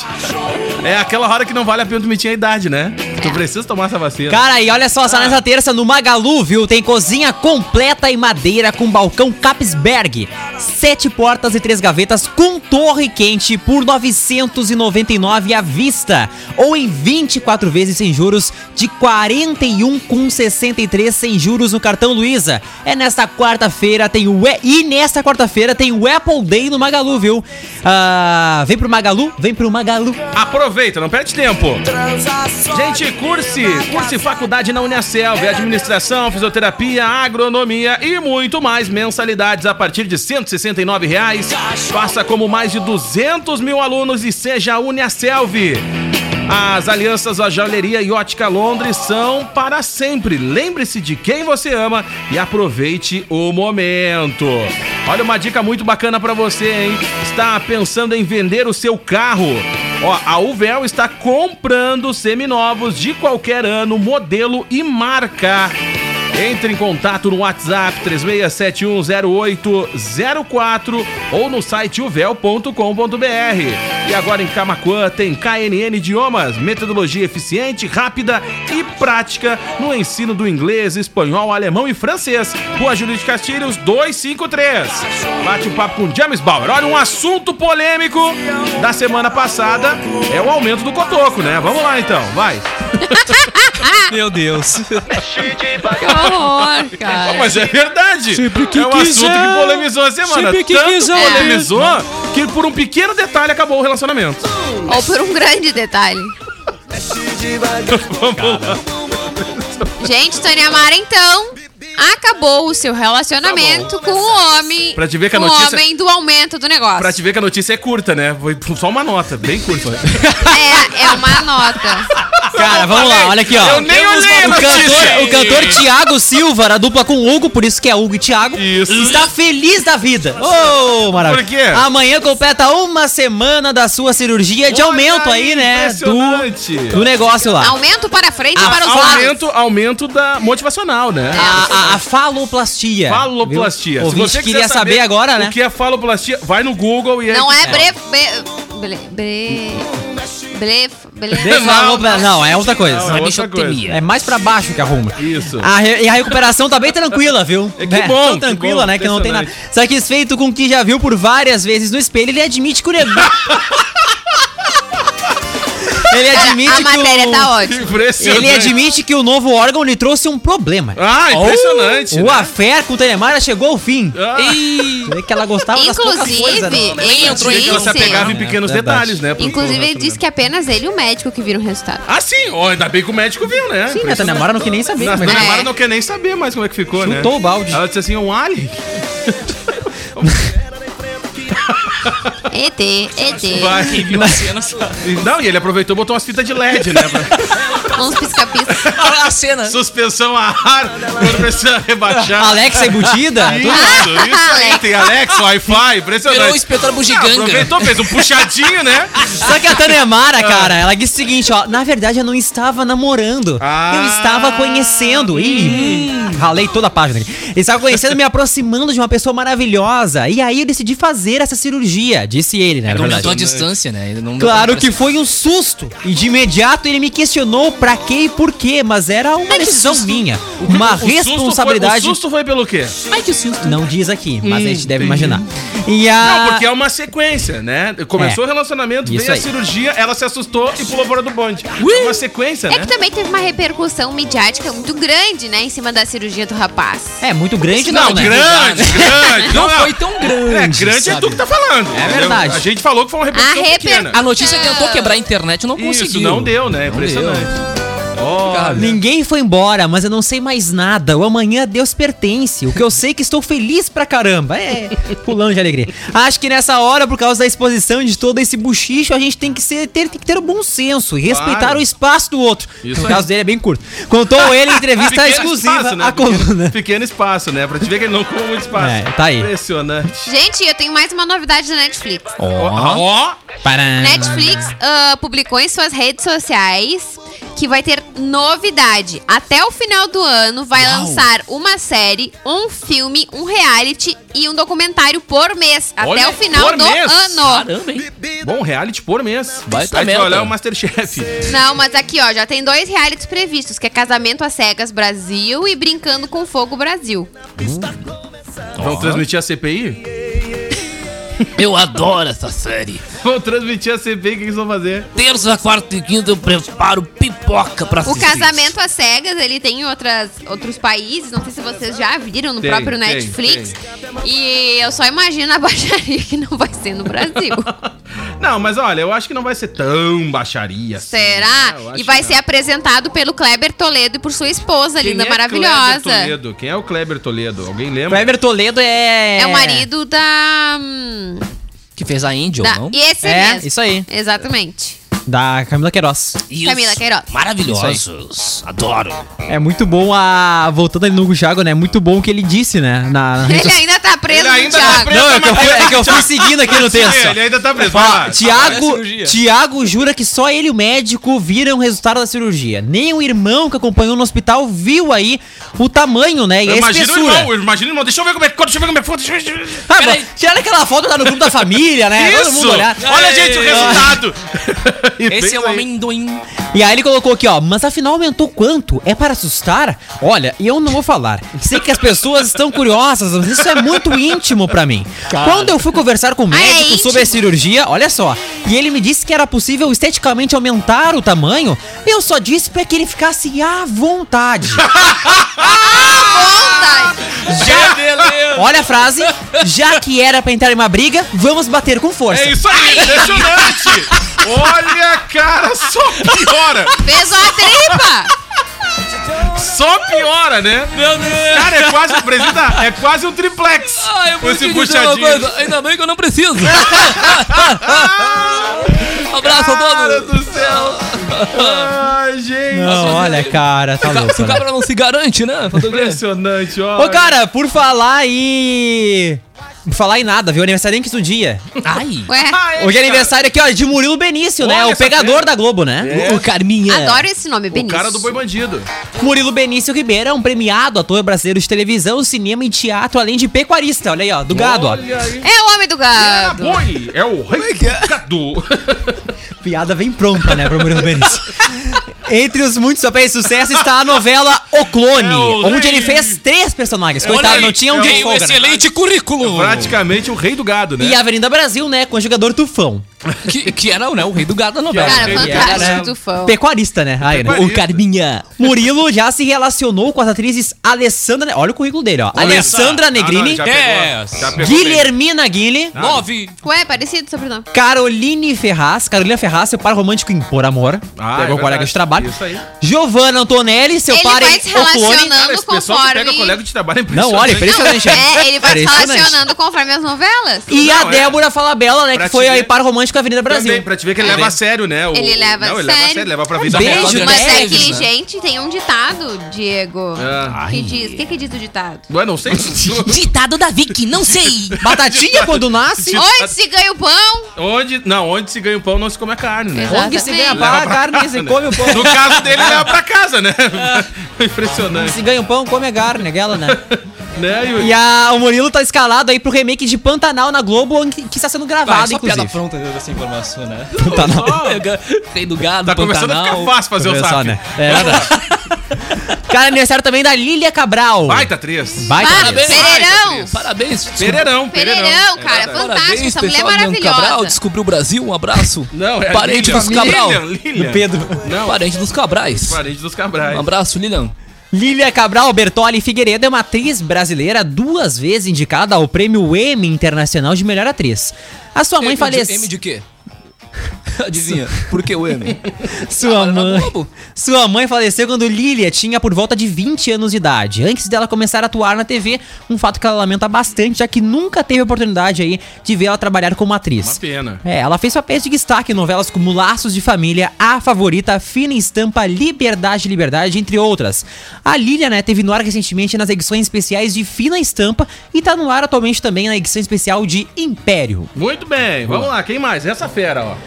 Speaker 4: É aquela hora que não vale a pena tu mentir a idade, né? Tu precisa tomar essa vacina.
Speaker 6: Cara, e olha só, só nessa terça no Magalu, viu? Tem cozinha completa em madeira com balcão Capsberg. Sete portas e três gavetas com torre quente por 999 à vista. Ou em 24 vezes sem juros de 41,63 sem juros no cartão Luiza. É nesta quarta-feira tem o... E, e nesta quarta-feira tem o Apple Day no Magalu, viu? Ah, vem pro Magalu, vem pro Magalu.
Speaker 4: Aproveita, não perde tempo. Gente, curse, curse faculdade na Uniacelv, administração, fisioterapia, agronomia e muito mais mensalidades a partir de R$ 169 reais. Faça como mais de 200 mil alunos e seja a Uniacelv. As alianças à Joalheria e Ótica Londres são para sempre. Lembre-se de quem você ama e aproveite o momento. Olha uma dica muito bacana para você, hein? Está pensando em vender o seu carro? Ó, a Uvel está comprando seminovos de qualquer ano, modelo e marca. Entre em contato no WhatsApp 36710804 ou no site uvel.com.br. E agora em Camacuã tem KNN Idiomas, metodologia eficiente, rápida e prática no ensino do inglês, espanhol, alemão e francês. Rua Júlio de Castilhos 253. Bate um papo com James Bauer. Olha, um assunto polêmico da semana passada é o aumento do cotoco, né? Vamos lá então, vai.
Speaker 6: Meu Deus.
Speaker 7: Que horror, cara.
Speaker 4: [laughs] Mas é verdade.
Speaker 10: Sempre que
Speaker 4: é um assunto
Speaker 10: quiser.
Speaker 4: que polemizou a semana.
Speaker 10: Sempre que
Speaker 4: Tanto
Speaker 10: quiser.
Speaker 4: polemizou que por um pequeno detalhe acabou o relacionamento.
Speaker 7: Ou por um grande detalhe. Gente, Tony Amara, então, acabou o seu relacionamento com o homem.
Speaker 4: Tá Pra te ver que a
Speaker 7: com
Speaker 4: notícia-
Speaker 7: O homem do aumento do negócio.
Speaker 4: Pra te ver que a notícia é curta, né? Foi só uma nota, bem
Speaker 6: [laughs]
Speaker 4: curta.
Speaker 7: É, é
Speaker 4: [laughs]
Speaker 7: uma nota.
Speaker 6: Cara, vamos lá, olha aqui, ó.
Speaker 4: Eu nem olhei a
Speaker 6: O cantor,
Speaker 4: notícia.
Speaker 6: o cantor Tiago Silva, da dupla com Hugo, por isso que é Hugo e Tiago,
Speaker 4: Isso.
Speaker 6: está feliz da vida. Ô, maravilha.
Speaker 4: Por quê?
Speaker 6: Amanhã completa uma semana da sua cirurgia de
Speaker 4: Olha
Speaker 6: aumento
Speaker 4: aí,
Speaker 6: aí, né?
Speaker 4: impressionante.
Speaker 6: Do, do negócio lá.
Speaker 7: Aumento para frente
Speaker 6: Tá
Speaker 7: e para
Speaker 6: Ah,
Speaker 7: os lados.
Speaker 4: aumento, aumento da motivacional, né?
Speaker 6: A, a- a faloplastia.
Speaker 4: Faloplastia.
Speaker 6: Ah, é. Viu?
Speaker 4: Se
Speaker 6: Ouvinte
Speaker 4: você quiser
Speaker 6: queria saber, agora, né?
Speaker 4: O que é faloplastia? Vai no Google e aí
Speaker 7: Não
Speaker 4: tu
Speaker 7: é
Speaker 4: fala.
Speaker 7: bre... bre... bre... bre...
Speaker 4: [laughs]
Speaker 7: Beleza?
Speaker 6: Desvalor pra- Não, é outra coisa.
Speaker 4: Não, é outra coisa.
Speaker 6: É mais pra baixo que arruma.
Speaker 4: Isso.
Speaker 6: A re- E a recuperação tá bem tranquila, viu?
Speaker 4: É, que bom,
Speaker 6: Tão
Speaker 4: que
Speaker 6: tranquila,
Speaker 4: bom,
Speaker 6: né? Que não tem nada.
Speaker 4: impressionante.
Speaker 6: Satisfeito com o que já viu por várias vezes no espelho, ele admite que
Speaker 7: [laughs]
Speaker 6: o negócio. ele
Speaker 7: Cara,
Speaker 6: admite
Speaker 7: a
Speaker 6: que
Speaker 7: matéria
Speaker 6: o...
Speaker 7: tá ótima.
Speaker 4: Impressionante.
Speaker 6: Ele admite que o novo órgão lhe trouxe um problema. Oh,
Speaker 4: Ah, impressionante.
Speaker 6: O
Speaker 4: né?
Speaker 6: affair com o Telemara chegou ao fim.
Speaker 4: Ah.
Speaker 6: Ih, é que ela gostava das poucas
Speaker 7: Inclusive,
Speaker 6: coisas, né?
Speaker 7: ele
Speaker 4: Tinha que ela se apegava
Speaker 7: disse.
Speaker 4: em pequenos
Speaker 6: É verdade.
Speaker 4: detalhes, né? pro-
Speaker 7: Inclusive,
Speaker 4: pro
Speaker 7: ele disse que apenas ele e o médico que viram o resultado.
Speaker 4: Ah, sim. ó, ainda bem que o médico viu, né?
Speaker 6: Sim, né? A Telemara não quer nem saber.
Speaker 4: A
Speaker 6: como é que-
Speaker 4: Dona
Speaker 7: É.
Speaker 4: Mara não quer nem saber mais como é que ficou, né?
Speaker 6: Chutou o balde.
Speaker 4: Ela disse assim, é um
Speaker 7: [laughs]
Speaker 4: alien.
Speaker 7: ET, ET.
Speaker 4: Vai.
Speaker 6: [laughs]
Speaker 4: E- Não, e ele aproveitou e botou umas fitas de LED, né? pra-
Speaker 7: Uns pisca-pisca.
Speaker 5: A a cena.
Speaker 4: Suspensão a ar, quando precisa rebaixar.
Speaker 6: Alexa embutida?
Speaker 4: Isso,
Speaker 7: Ah,
Speaker 4: isso aí. Tem
Speaker 5: [laughs]
Speaker 4: Alex, Wi-Fi,
Speaker 5: Virou um o
Speaker 4: impressionante.
Speaker 5: inspetor
Speaker 4: Ah,
Speaker 5: bugiganga.
Speaker 4: aproveitou, fez um puxadinho, né?
Speaker 6: Só que a
Speaker 4: Ah.
Speaker 6: Tanemara, cara, ela disse o seguinte, ó. Na verdade, eu não estava namorando.
Speaker 4: Ah. Hum.
Speaker 6: Eu estava conhecendo. Ih, ralei toda a página aqui. Eu estava conhecendo, me aproximando de uma pessoa maravilhosa. E aí eu decidi fazer essa cirurgia, disse ele, né? na
Speaker 4: É
Speaker 6: verdade.
Speaker 5: Aumentou a distância, né? Ele não-
Speaker 6: Claro que foi um susto. E de imediato ele me questionou pra quê e por quê, mas era uma decisão minha. Uma
Speaker 4: O susto foi-
Speaker 6: responsabilidade.
Speaker 4: o susto foi pelo quê?
Speaker 5: Ai, que susto.
Speaker 6: Não diz aqui, mas a gente deve
Speaker 4: entendi.
Speaker 6: imaginar. E a...
Speaker 4: Não, porque é uma sequência, né? Começou
Speaker 6: Ah. É.
Speaker 4: o relacionamento,
Speaker 6: Isso
Speaker 4: veio
Speaker 6: aí.
Speaker 4: a cirurgia, ela se assustou e pulou fora do bonde. É uma sequência,
Speaker 7: É
Speaker 4: né?
Speaker 7: que também teve uma repercussão midiática muito grande, né? Em cima da cirurgia do rapaz.
Speaker 6: É muito grande, não,
Speaker 5: Não,
Speaker 6: né?
Speaker 4: Grande, grande.
Speaker 5: Não foi tão grande.
Speaker 4: É, grande é
Speaker 6: sabe?
Speaker 4: tu que tá falando. É
Speaker 6: verdade.
Speaker 4: A gente falou que foi uma repercussão
Speaker 7: reper-
Speaker 4: pequena.
Speaker 5: A notícia tentou quebrar a internet e não
Speaker 4: É. Isso,
Speaker 5: Ah, conseguiu.
Speaker 4: não deu, né?
Speaker 5: Não
Speaker 4: Impressionante.
Speaker 5: deu.
Speaker 4: Olha.
Speaker 6: Ah, Ninguém foi embora, mas eu não sei mais nada. O amanhã a Deus pertence. O que eu sei é que estou feliz pra caramba. É, [laughs] pulando de alegria. Acho que nessa hora, por causa da exposição de todo esse buchicho, a gente tem que, ser, ter, tem que ter o bom senso e respeitar o espaço do outro.
Speaker 4: Isso
Speaker 6: no
Speaker 4: aí.
Speaker 6: caso dele é bem curto. Contou ele em entrevista é exclusiva
Speaker 4: espaço, né?
Speaker 6: à
Speaker 4: Pequeno,
Speaker 6: coluna.
Speaker 4: pequeno espaço, né? Pra te ver que ele não comeu muito espaço.
Speaker 6: É, tá aí.
Speaker 4: Impressionante.
Speaker 7: Gente, eu tenho mais uma novidade da Netflix.
Speaker 4: Ó,
Speaker 6: Paran.
Speaker 7: Netflix ah, publicou em suas redes sociais que vai ter novidade. Até o final do ano vai lançar uma série, um filme, um reality e um documentário por mês.
Speaker 4: Olha,
Speaker 7: até o final
Speaker 4: por
Speaker 7: do
Speaker 4: mês?
Speaker 7: ano.
Speaker 5: Caramba, hein?
Speaker 4: bom reality por mês.
Speaker 5: Vai tá
Speaker 4: Aí tu
Speaker 5: merda.
Speaker 4: olhar é o Masterchef.
Speaker 7: Não, mas aqui, ó, já tem dois realities previstos, que é Casamento às Cegas Brasil e Brincando com Fogo Brasil.
Speaker 4: Vão transmitir a CPI?
Speaker 5: Eu adoro essa série.
Speaker 4: Vão transmitir a CPI, o que eles vão fazer?
Speaker 5: Terça, quarta e quinta eu preparo pipoca pra
Speaker 7: O
Speaker 5: assistir.
Speaker 7: Casamento às Cegas, ele tem em outras, outros países, não sei se vocês já viram no
Speaker 4: Tem,
Speaker 7: próprio
Speaker 4: tem,
Speaker 7: Netflix. E eu só imagino a baixaria que não vai ser
Speaker 4: [laughs]
Speaker 7: no Brasil.
Speaker 4: Não, mas olha, eu acho que não vai ser tão baixaria. assim.
Speaker 7: Será?
Speaker 4: É, eu acho
Speaker 7: e vai
Speaker 4: que
Speaker 7: ser apresentado pelo Kleber Toledo e por sua esposa,
Speaker 4: não. Quem
Speaker 7: linda,
Speaker 4: é
Speaker 7: maravilhosa.
Speaker 4: Kleber Toledo? Quem é o Kleber Toledo? Alguém lembra?
Speaker 6: Kleber Toledo é.
Speaker 7: É o marido da. hum,
Speaker 5: Que fez a Angel,
Speaker 7: da
Speaker 5: não?
Speaker 7: e esse
Speaker 6: É,
Speaker 7: mesmo.
Speaker 6: isso aí.
Speaker 7: Exatamente.
Speaker 6: Da Camila Queiroz.
Speaker 5: Isso.
Speaker 7: Camila Queiroz.
Speaker 5: Maravilhosos. Adoro.
Speaker 6: É muito bom a. Voltando ali no Hugo Jago, né? Muito bom o que ele disse, né? Na,
Speaker 7: [laughs]
Speaker 6: na rede
Speaker 7: Ele ainda tá preso
Speaker 4: Ele
Speaker 7: no
Speaker 4: ainda tá
Speaker 7: Thiago.
Speaker 4: preso.
Speaker 6: Não, é que eu fui, é que eu fui seguindo aqui no texto.
Speaker 4: Sim,
Speaker 6: ó.
Speaker 4: ele ainda tá preso. vai
Speaker 6: Fala,
Speaker 4: lá.
Speaker 6: Tiago, Tiago jura que só ele e o médico viram o resultado da cirurgia. Nem o irmão que acompanhou no hospital viu aí o tamanho, né? E a
Speaker 4: Imagina o irmão,
Speaker 6: espessura.
Speaker 4: imagina o irmão. Deixa eu ver como é que deixa eu ver como é que deixa eu ver-
Speaker 6: Ah, bom, tiraram aquela foto lá no grupo da família, né? Todo mundo olhar.
Speaker 4: Olha, gente, o
Speaker 6: [laughs]
Speaker 4: resultado! E
Speaker 5: Esse
Speaker 4: fez
Speaker 5: é o
Speaker 4: aí.
Speaker 5: amendoim.
Speaker 6: E aí ele colocou aqui, ó, mas afinal aumentou quanto? É para assustar? Olha, eu não vou falar. Sei que as pessoas estão curiosas, mas isso é muito íntimo pra mim. Quando eu fui conversar com o
Speaker 7: Ah, é
Speaker 6: médico
Speaker 7: íntimo?
Speaker 6: sobre a cirurgia, olha só, e ele me disse que era possível esteticamente aumentar o tamanho, eu só disse pra que ele ficasse à
Speaker 4: [laughs]
Speaker 6: vontade.
Speaker 7: Vontade.
Speaker 6: Olha a frase, já que era pra entrar em uma briga, vamos bater com força.
Speaker 4: É isso aí, impressionante! Olha, cara, só piora!
Speaker 7: Fez uma tripa.
Speaker 4: Só piora, né?
Speaker 5: Meu Deus.
Speaker 4: Cara, é quase, presidente, é quase um triplex.
Speaker 5: Ah, eu vou
Speaker 4: Esse
Speaker 5: te dizer uma
Speaker 4: puxadinho.
Speaker 5: coisa. Ainda bem que eu não
Speaker 4: [laughs]
Speaker 5: preciso.
Speaker 6: Ah,
Speaker 5: Abraço a
Speaker 4: Ah, Cara
Speaker 5: todos.
Speaker 4: do céu! Ai, gente!
Speaker 6: Não, olha, cara, tá
Speaker 5: Ca-
Speaker 6: louco.
Speaker 5: Se o
Speaker 6: né?
Speaker 5: cabra não se garante,
Speaker 4: [laughs]
Speaker 5: né?
Speaker 4: Impressionante, ó.
Speaker 6: Ô, cara, por falar em... Por falar em nada, viu? Aniversariante do dia.
Speaker 5: Ai.
Speaker 6: [laughs]
Speaker 4: Ah,
Speaker 7: Ué,
Speaker 6: Hoje é aniversário aqui, ó, de Murilo Benício, né?
Speaker 4: Olha
Speaker 6: O
Speaker 4: essa
Speaker 6: pegador
Speaker 4: fera.
Speaker 6: da Globo, né?
Speaker 5: Ô, Carminha.
Speaker 7: adoro esse nome,
Speaker 4: O
Speaker 7: Benício.
Speaker 4: cara do boi bandido.
Speaker 6: Murilo Benício Ribeiro é um premiado ator brasileiro de televisão, cinema e teatro, além de pecuarista. Olha aí, ó, do gado, ó.
Speaker 4: Olha aí.
Speaker 7: É o homem do
Speaker 4: Ah,
Speaker 7: gado.
Speaker 4: boi! É o rei do gado!
Speaker 6: Piada vem pronta, né, pro Murilo Benício. Entre os muitos papéis de sucesso está a novela O Clone, onde ele fez três personagens. Coitado, não tinha um dia de folga, né?
Speaker 10: excelente currículo.
Speaker 4: Praticamente o rei do gado, né?
Speaker 6: E a Avenida Brasil, né, com o jogador Tufão.
Speaker 10: Que, que era né, o rei do gado da novela.
Speaker 7: Cara,
Speaker 4: é.
Speaker 7: fantástico,
Speaker 6: Era, né?
Speaker 7: Tufão.
Speaker 6: Pecuarista, né? Aí, né? O
Speaker 4: Pecuarista.
Speaker 6: Carminha. Murilo já se relacionou com as atrizes Alessandra... Olha o currículo dele, ó. Alessandra Negrini,
Speaker 4: Ah, já pegou,
Speaker 6: É,
Speaker 10: Yes.
Speaker 4: já pegou
Speaker 6: Guilhermina Guile,
Speaker 10: Nove.
Speaker 7: Ué, é parecido sobrenome.
Speaker 6: Caroline Ferraz, Carolina Ferraz, seu par romântico em Por Amor.
Speaker 4: Ah, é
Speaker 6: pegou
Speaker 4: verdade.
Speaker 6: colega de trabalho.
Speaker 4: Isso aí.
Speaker 6: Giovanna Antonelli, seu
Speaker 7: Ele
Speaker 6: par
Speaker 7: vai
Speaker 6: em
Speaker 7: se
Speaker 6: O Clone.
Speaker 7: relacionando
Speaker 4: Cara, esse pessoal que pega
Speaker 7: conforme-
Speaker 4: colega de trabalho é
Speaker 6: Não, olha,
Speaker 4: impressionante.
Speaker 6: impressionante.
Speaker 7: É, ele vai se
Speaker 6: Impressionante.
Speaker 7: relacionando conforme as novelas.
Speaker 6: E a
Speaker 4: Não, é.
Speaker 6: Débora Falabella, né,
Speaker 4: Pra
Speaker 6: que
Speaker 4: te
Speaker 6: foi
Speaker 4: ver.
Speaker 6: aí par romântico com a Avenida Brasil. É.
Speaker 4: Também, pra te ver que ele leva a sério, né? o-
Speaker 7: Ele leva
Speaker 4: não,
Speaker 7: a
Speaker 4: ele leva a
Speaker 7: sério.
Speaker 4: sério, leva pra vida
Speaker 6: beijo,
Speaker 4: real.
Speaker 7: Mas é
Speaker 6: Leves,
Speaker 7: que,
Speaker 6: né?
Speaker 7: gente, tem um ditado, Diego.
Speaker 4: Ah.
Speaker 7: Que diz. O que, que diz o ditado?
Speaker 4: Ué, não
Speaker 6: [laughs]
Speaker 4: sei.
Speaker 5: [laughs] Ditado da Vicky, não sei.
Speaker 4: [laughs]
Speaker 6: Batatinha quando nasce.
Speaker 4: Tipo
Speaker 7: Onde se ganha o pão?
Speaker 4: onde, não, onde se ganha o pão não se come a carne, né?
Speaker 7: Exato.
Speaker 6: Onde se ganha
Speaker 7: Leva
Speaker 6: pá, a carne, se come o pão.
Speaker 4: No caso dele, leva pra casa,
Speaker 6: [laughs]
Speaker 4: né? Impressionante.
Speaker 6: Se ganha o pão, come a carne, aquela, né?
Speaker 4: Né, Yuri?
Speaker 6: E a, o Murilo tá escalado aí pro remake de Pantanal na Globo, onde- que está sendo
Speaker 10: Vai,
Speaker 6: gravado,
Speaker 10: só piada
Speaker 6: inclusive. Tá
Speaker 10: pronta dessa informação, né?
Speaker 6: Pantanal.
Speaker 10: Rei do gado,
Speaker 4: Tá começando a ficar fácil fazer o
Speaker 6: Começar,
Speaker 4: zap.
Speaker 6: né? É verdade. Cara, aniversário também da Lília Cabral.
Speaker 4: Vai, tá três.
Speaker 6: Baita
Speaker 7: Ah,
Speaker 6: mesmo.
Speaker 7: Pereirão!
Speaker 10: Parabéns.
Speaker 4: Pereirão,
Speaker 7: Pereirão,
Speaker 4: É
Speaker 7: cara, fantástico. Essa mulher é
Speaker 10: pessoal de Leandro Cabral,
Speaker 7: maravilhosa.
Speaker 10: descobriu o Brasil, um abraço.
Speaker 4: Não, é
Speaker 10: Parente
Speaker 4: Lilian.
Speaker 10: dos Cabral.
Speaker 4: Lilian, Lilian.
Speaker 6: Pedro.
Speaker 4: Não,
Speaker 10: Parente dos Cabrais.
Speaker 4: parente dos Cabrais.
Speaker 10: Um abraço, Lilian.
Speaker 6: Lília Cabral Bertoli Figueiredo é uma atriz brasileira duas vezes indicada ao Prêmio Emmy Internacional de Melhor Atriz. A sua mãe faleceu.
Speaker 10: M de quê? [laughs] Adivinha, por que o
Speaker 6: [laughs]
Speaker 10: M?
Speaker 6: Sua
Speaker 10: Trabalha na
Speaker 6: mãe.
Speaker 10: Globo.
Speaker 6: Sua mãe faleceu quando Lilia tinha por volta de 20 anos de idade. Antes dela começar a atuar na TV, um fato que ela lamenta bastante, já que nunca teve oportunidade aí de ver ela trabalhar como
Speaker 4: Uma
Speaker 6: atriz.
Speaker 4: pena.
Speaker 6: É, ela fez papéis de destaque em novelas como Laços de Família, A Favorita, Fina Estampa, Liberdade, Liberdade, entre outras. A Lilia, né, teve no ar recentemente nas edições especiais de Fina Estampa e tá no ar atualmente também na edição especial de Império.
Speaker 4: Muito bem, vamos lá, quem mais? Essa fera, ó.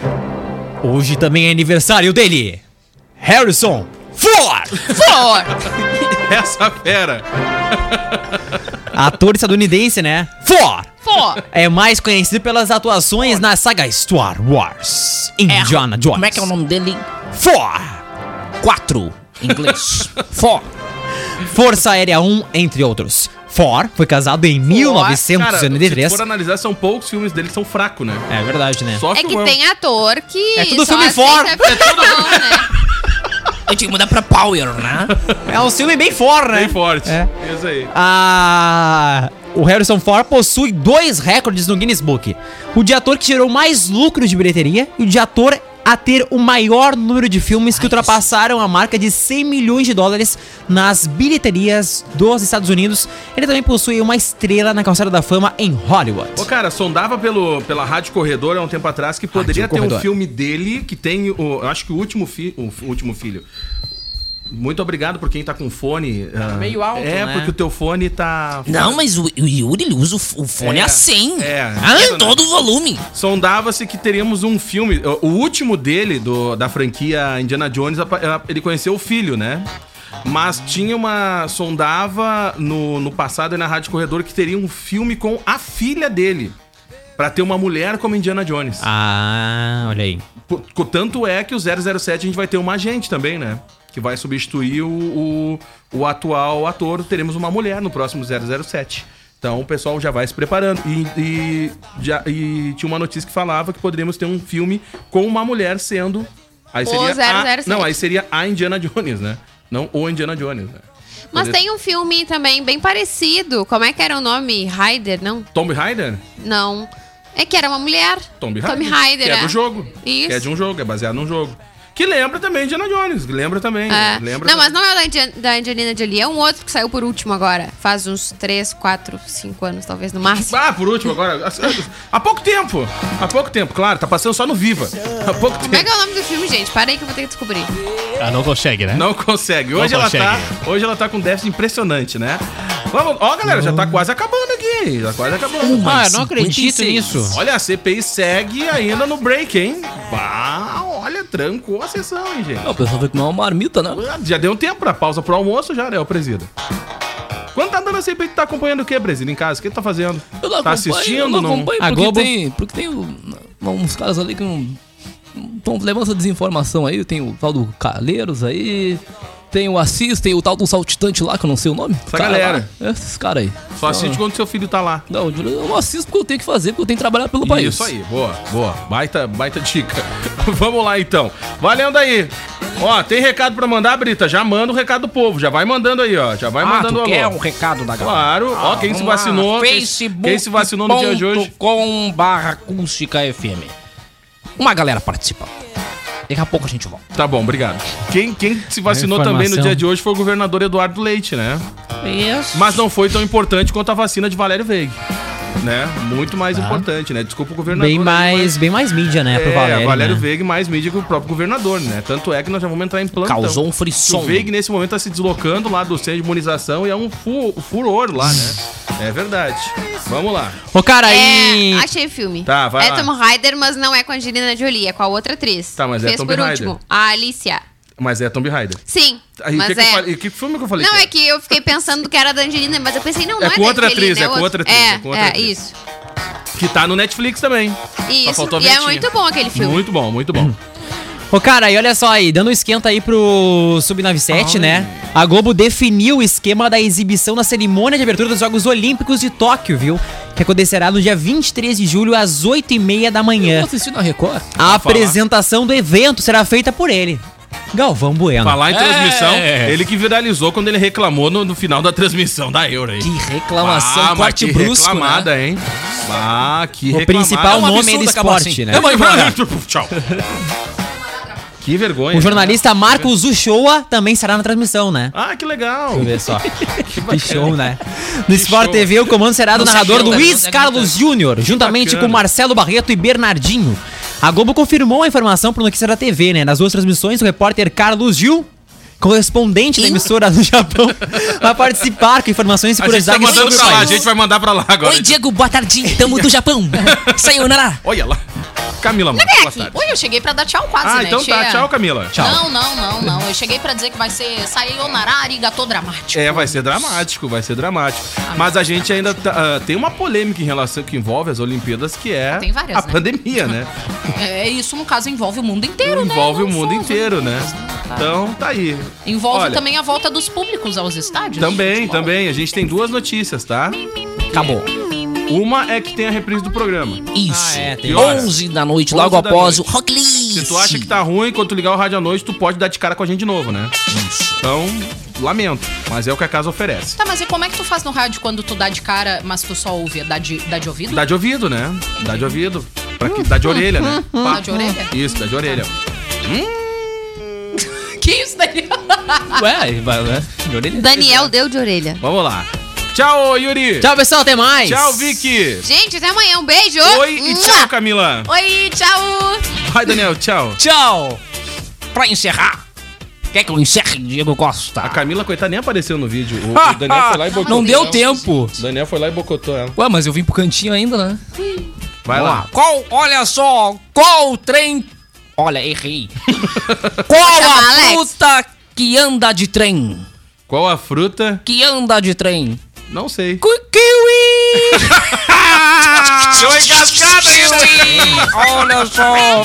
Speaker 6: Hoje também é aniversário dele, Harrison Ford!
Speaker 4: Essa fera.
Speaker 6: Ator estadunidense, né? Ford!
Speaker 7: Pô,
Speaker 6: É mais conhecido pelas atuações na saga Star Wars, Indiana Jones.
Speaker 5: Como é que é o nome dele?
Speaker 6: Ford!
Speaker 5: Quatro. Em
Speaker 10: [laughs]
Speaker 5: inglês. Four.
Speaker 6: Força Aérea 1, entre outros. Ford foi casado em
Speaker 4: Cara, se
Speaker 6: 1993.
Speaker 4: for analisar, são poucos filmes dele que são fracos, né?
Speaker 6: É verdade, né?
Speaker 4: Só um
Speaker 7: é que
Speaker 4: o-
Speaker 7: tem ator que.
Speaker 6: É tudo
Speaker 7: só
Speaker 6: filme É
Speaker 7: aceita
Speaker 6: for.
Speaker 7: ficção, né?
Speaker 5: Eu tinha que mudar pra Power, né?
Speaker 6: É um filme bem Ford, né?
Speaker 4: Bem forte.
Speaker 6: É.
Speaker 4: Isso aí.
Speaker 6: Ah, o Harrison Ford possui dois recordes no Guinness Book. O de ator que gerou mais lucro de bilheteria e o de ator a ter o maior número de filmes que ultrapassaram a marca de 100 milhões de dólares nas bilheterias dos Estados Unidos. Ele também possui uma estrela na calçada da fama em Hollywood.
Speaker 4: Ô, cara, sondava pelo, pela Rádio Corredor há um tempo atrás que poderia
Speaker 6: Rádio
Speaker 4: ter
Speaker 6: Corredor.
Speaker 4: um filme dele que tem, o, eu acho que o último, fi, o, f- último filho. Muito obrigado por quem tá com fone. ah,
Speaker 6: meio alto,
Speaker 4: É,
Speaker 6: né?
Speaker 4: porque o teu fone tá...
Speaker 5: Não, mas o, o Yuri ele usa o, f- o fone
Speaker 4: É,
Speaker 5: a 100.
Speaker 4: é.
Speaker 5: Ah, em todo o volume.
Speaker 4: Sondava-se que teríamos um filme. O último dele, do, da franquia Indiana Jones, apa- ah, ele conheceu o filho, né? Mas tinha uma. Sondava no, no passado e na Rádio Corredor que teria um filme com a filha dele. Pra ter uma mulher como Indiana Jones.
Speaker 6: Ah, olha aí.
Speaker 4: Por- co- Tanto é que o 007 a gente vai ter uma agente também, né? Que vai substituir o, o, o atual ator. Teremos uma mulher no próximo 007. Então o pessoal já vai se preparando. E, e já, e tinha uma notícia que falava que poderíamos ter um filme com uma mulher sendo. Aí
Speaker 7: O
Speaker 4: seria A,
Speaker 7: 007.
Speaker 4: não, aí seria a Indiana Jones, né? Não o Indiana Jones, né?
Speaker 7: Mas
Speaker 4: Poderia-
Speaker 7: tem um filme também bem parecido. Como é que era o nome? Raider, não?
Speaker 4: Tomb Raider?
Speaker 7: Não. É que era uma mulher.
Speaker 4: Tomb Raider.
Speaker 7: Tomb Raider,
Speaker 4: Que é
Speaker 7: né?
Speaker 4: do jogo.
Speaker 7: Isso.
Speaker 4: Que é de um jogo, é baseado num jogo. Que lembra também Indiana Jones. que Lembra também.
Speaker 7: É.
Speaker 4: Lembra também.
Speaker 7: Não, mas não é o da, Ange- da Angelina Jolie, é um outro que saiu por último agora. Faz uns 3, 4, 5 anos, talvez, no máximo.
Speaker 4: Ah, por último, agora. Há pouco tempo. Há pouco tempo, claro. Tá passando só no Viva. Há pouco
Speaker 7: Como é
Speaker 4: tempo.
Speaker 7: que é o nome do filme, gente? Para aí que eu vou ter que descobrir.
Speaker 10: Ah, não consegue, né?
Speaker 4: Não consegue. Hoje,
Speaker 10: Não
Speaker 4: ela
Speaker 10: consegue.
Speaker 4: tá, hoje ela tá com um déficit impressionante, né? Vamos. Ó, galera, já tá quase acabando aqui. Já quase acabando.
Speaker 6: Ah, eu não acredito nisso.
Speaker 4: Olha, a CPI segue ainda no break, hein? Bah, olha, trancou a sessão, hein, gente?
Speaker 10: O pessoal vai comer uma marmita, né?
Speaker 4: Já deu um tempo pra pausa pro almoço, já, né, o presida? Quando tá dando a CPI, tu tá acompanhando o quê, presida, em casa? O que tu tá fazendo?
Speaker 10: Eu não
Speaker 4: tá
Speaker 10: acompanho, eu
Speaker 4: assistindo?
Speaker 10: não
Speaker 4: Não
Speaker 10: acompanho
Speaker 6: A
Speaker 10: porque
Speaker 6: Globo?
Speaker 10: tem, porque tem um- uns caras ali que não, Estão levando essa desinformação aí. Tem o tal do Caleiros aí. Tem o Assis, tem o tal do saltitante lá, que eu não sei o nome.
Speaker 4: Essa
Speaker 10: Cara
Speaker 4: galera.
Speaker 10: lá, esses caras aí. Então,
Speaker 4: Só assiste quando seu filho tá lá.
Speaker 10: Não, eu não assisto porque eu tenho que fazer, porque eu tenho que trabalhar pelo país.
Speaker 4: Isso aí, boa, boa. Baita, baita dica. [laughs] Vamos lá então. Valendo aí. Ó, tem recado pra mandar, Brita? Já manda o recado do povo. Já vai mandando aí, ó. Já vai mandando
Speaker 5: tu
Speaker 4: o
Speaker 5: quer
Speaker 4: alô.
Speaker 5: um recado Ah, da galera?
Speaker 4: Claro. ó, quem se vacinou. quem- Quem se vacinou no dia de hoje.
Speaker 5: com barra acústica FM. Uma galera participa. Daqui a pouco a gente volta.
Speaker 4: Tá bom, obrigado. Quem, quem se vacinou
Speaker 5: Informação.
Speaker 4: também no dia de hoje foi o governador Eduardo Leite, né?
Speaker 5: Isso.
Speaker 4: Mas não foi tão importante quanto a vacina de Valério Veiga. Né? Muito mais
Speaker 5: Tá.
Speaker 4: importante, né? Desculpa o governador.
Speaker 6: Bem
Speaker 4: né?
Speaker 6: mais, bem mais mídia, né, pro
Speaker 4: É,
Speaker 6: Valério.
Speaker 4: Valério
Speaker 6: né?
Speaker 4: Veiga mais mídia que o próprio governador, né? Tanto é que nós já vamos entrar em plantão.
Speaker 5: Causou um frisson.
Speaker 4: O Veiga, nesse momento, tá se deslocando lá do centro de imunização e é um fu- furor lá, né? É verdade. Vamos lá.
Speaker 6: Ô, cara,
Speaker 7: É,
Speaker 6: aí.
Speaker 7: achei o filme.
Speaker 4: Tá, vai
Speaker 7: é
Speaker 4: lá.
Speaker 7: Tom Rider, mas não é com a Angelina Jolie, é com a outra atriz.
Speaker 4: Tá, mas é
Speaker 7: Fez
Speaker 4: Tomb
Speaker 7: por
Speaker 4: Raider.
Speaker 7: último, a Alicia.
Speaker 4: Mas é Tomb Raider.
Speaker 7: Sim,
Speaker 4: Aí,
Speaker 7: mas
Speaker 4: que que eu
Speaker 7: é...
Speaker 4: falei- que filme que eu falei?
Speaker 7: não,
Speaker 4: que
Speaker 7: é que eu fiquei pensando que era da Angelina, mas eu pensei, não,
Speaker 4: É
Speaker 7: não é
Speaker 4: com
Speaker 7: da
Speaker 4: outra
Speaker 7: Angelina,
Speaker 4: atriz, é com outra atriz,
Speaker 7: É,
Speaker 4: é com outra
Speaker 7: é,
Speaker 4: atriz.
Speaker 7: isso. é
Speaker 4: Que tá no Netflix também. Só
Speaker 7: Isso,
Speaker 4: faltou a
Speaker 7: e é
Speaker 4: vinhetinha.
Speaker 7: muito bom aquele filme.
Speaker 4: Muito bom, muito bom.
Speaker 6: Ô, cara, e olha só aí, dando um esquenta aí pro Sub-97, né? A Globo definiu o esquema da exibição na cerimônia de abertura dos Jogos Olímpicos de Tóquio, viu? Que acontecerá no dia 23 de julho, às 8h30 da
Speaker 10: Eu
Speaker 5: É.
Speaker 6: manhã.
Speaker 10: assisti na Record.
Speaker 4: Ah,
Speaker 6: A apresentação do evento será feita por ele, Galvão Bueno.
Speaker 4: Falar em
Speaker 10: É.
Speaker 4: transmissão, ele que viralizou quando ele reclamou no, no final da transmissão da Euro, hein?
Speaker 10: Que reclamação,
Speaker 4: Ah, mas
Speaker 10: corte
Speaker 4: que
Speaker 10: brusco,
Speaker 5: né?
Speaker 4: reclamada, hein? Ah, que
Speaker 6: O
Speaker 4: reclamada.
Speaker 6: principal
Speaker 10: É um
Speaker 6: nome é
Speaker 10: absurdo
Speaker 6: do
Speaker 10: acabar
Speaker 6: esporte,
Speaker 10: assim.
Speaker 6: né?
Speaker 10: É uma-
Speaker 4: [laughs] Tchau. Que vergonha.
Speaker 6: O jornalista Marcos Uchoa também estará na transmissão, né?
Speaker 4: Ah, que legal.
Speaker 6: Vê só. que
Speaker 4: [laughs]
Speaker 6: show, né? No Sport TV, o comando será do
Speaker 10: Não sei
Speaker 6: narrador
Speaker 10: eu, né?
Speaker 6: Luiz
Speaker 10: Não é
Speaker 6: Carlos Júnior, juntamente
Speaker 4: Bacana.
Speaker 6: com Marcelo Barreto e Bernardinho. A Globo confirmou a informação para o Notícia da TV, né? Nas duas transmissões, o repórter Carlos Gil. Correspondente da emissora no
Speaker 4: [laughs]
Speaker 6: Japão vai participar com informações e
Speaker 4: A gente tá
Speaker 6: curiosidades
Speaker 4: mandando
Speaker 6: sobre
Speaker 4: pra
Speaker 6: o
Speaker 4: lá, a
Speaker 6: país.
Speaker 4: gente vai mandar pra lá agora.
Speaker 5: Oi, Diego,
Speaker 4: [laughs]
Speaker 5: boa tarde. Tamo do Japão. Sayonara.
Speaker 4: Olha lá. Camila, mano.
Speaker 11: É aqui. Oi, eu cheguei pra dar tchau quase,
Speaker 4: Ah,
Speaker 11: né?
Speaker 4: então tá.
Speaker 11: Tia?
Speaker 4: Tchau, Camila.
Speaker 11: Não, não, não, não. Eu cheguei pra dizer que vai ser Sayonara Arigato Dramático.
Speaker 4: É, vai ser dramático, vai ser dramático.
Speaker 11: Ah.
Speaker 4: Mas a gente ainda tá, ah, tem uma polêmica em relação que envolve as Olimpíadas, que é
Speaker 11: Tem várias,
Speaker 4: a
Speaker 11: né? [laughs]
Speaker 4: pandemia, né?
Speaker 11: É, isso, no caso, envolve o mundo inteiro, né?
Speaker 4: envolve
Speaker 11: Não
Speaker 4: o mundo
Speaker 11: só os
Speaker 4: inteiro, né? Então, tá aí.
Speaker 11: Envolve
Speaker 4: Olha.
Speaker 11: também a volta dos públicos aos estádios.
Speaker 4: Também,
Speaker 11: Futebol.
Speaker 4: também. A gente tem duas notícias, tá?
Speaker 5: Acabou.
Speaker 4: Uma é que tem a reprise do programa.
Speaker 5: Isso.
Speaker 6: Ah, é, tem
Speaker 4: Que horas?
Speaker 5: 11 da noite,
Speaker 4: 11
Speaker 5: logo
Speaker 4: da
Speaker 5: após
Speaker 4: noite.
Speaker 5: o Rock Lee.
Speaker 4: Se tu acha que tá ruim, quando tu ligar o rádio à noite, tu pode dar de cara com a gente de novo, né? Então, lamento, mas é o que a casa oferece.
Speaker 11: Tá, mas e como é que tu faz no rádio quando tu dá de cara, É, mas tu só ouve? Dá de, dá de ouvido?
Speaker 4: Dá de ouvido, né? Dá de ouvido. Pra que, dá de orelha, né? Pá.
Speaker 11: Uhum. Dá de orelha?
Speaker 4: Isso, dá de orelha.
Speaker 11: Que isso daí?
Speaker 10: Ué, vai, né? De orelha.
Speaker 7: Daniel deu de orelha.
Speaker 4: Vamos lá. Tchau, Yuri.
Speaker 6: Tchau, pessoal, até mais.
Speaker 4: Tchau, Vicky.
Speaker 7: Gente, até amanhã, um beijo!
Speaker 4: Oi e tchau,
Speaker 7: Mua!
Speaker 4: Camila.
Speaker 7: Oi, tchau!
Speaker 4: Vai, Daniel, tchau.
Speaker 5: Tchau. Pra encerrar. Quer que eu encerre, Diego Costa?
Speaker 4: Tá, A Camila, coitada, nem apareceu no vídeo. O, o Daniel foi lá e
Speaker 5: [laughs]
Speaker 4: bocotou.
Speaker 10: Não deu tempo.
Speaker 4: O Daniel foi lá e bocotou ela.
Speaker 10: Ué, mas eu vim pro cantinho ainda, né?
Speaker 4: Vai lá.
Speaker 5: Qual, olha só, qual trem... Olha, errei. qual
Speaker 7: Chama
Speaker 5: a
Speaker 7: Alex.
Speaker 5: fruta que anda de trem?
Speaker 4: [laughs] Qual a fruta?
Speaker 5: Que anda de trem?
Speaker 4: Não sei.
Speaker 5: Cu- Kiwi! [laughs]
Speaker 4: Deu engasgada ainda.
Speaker 5: Olha só.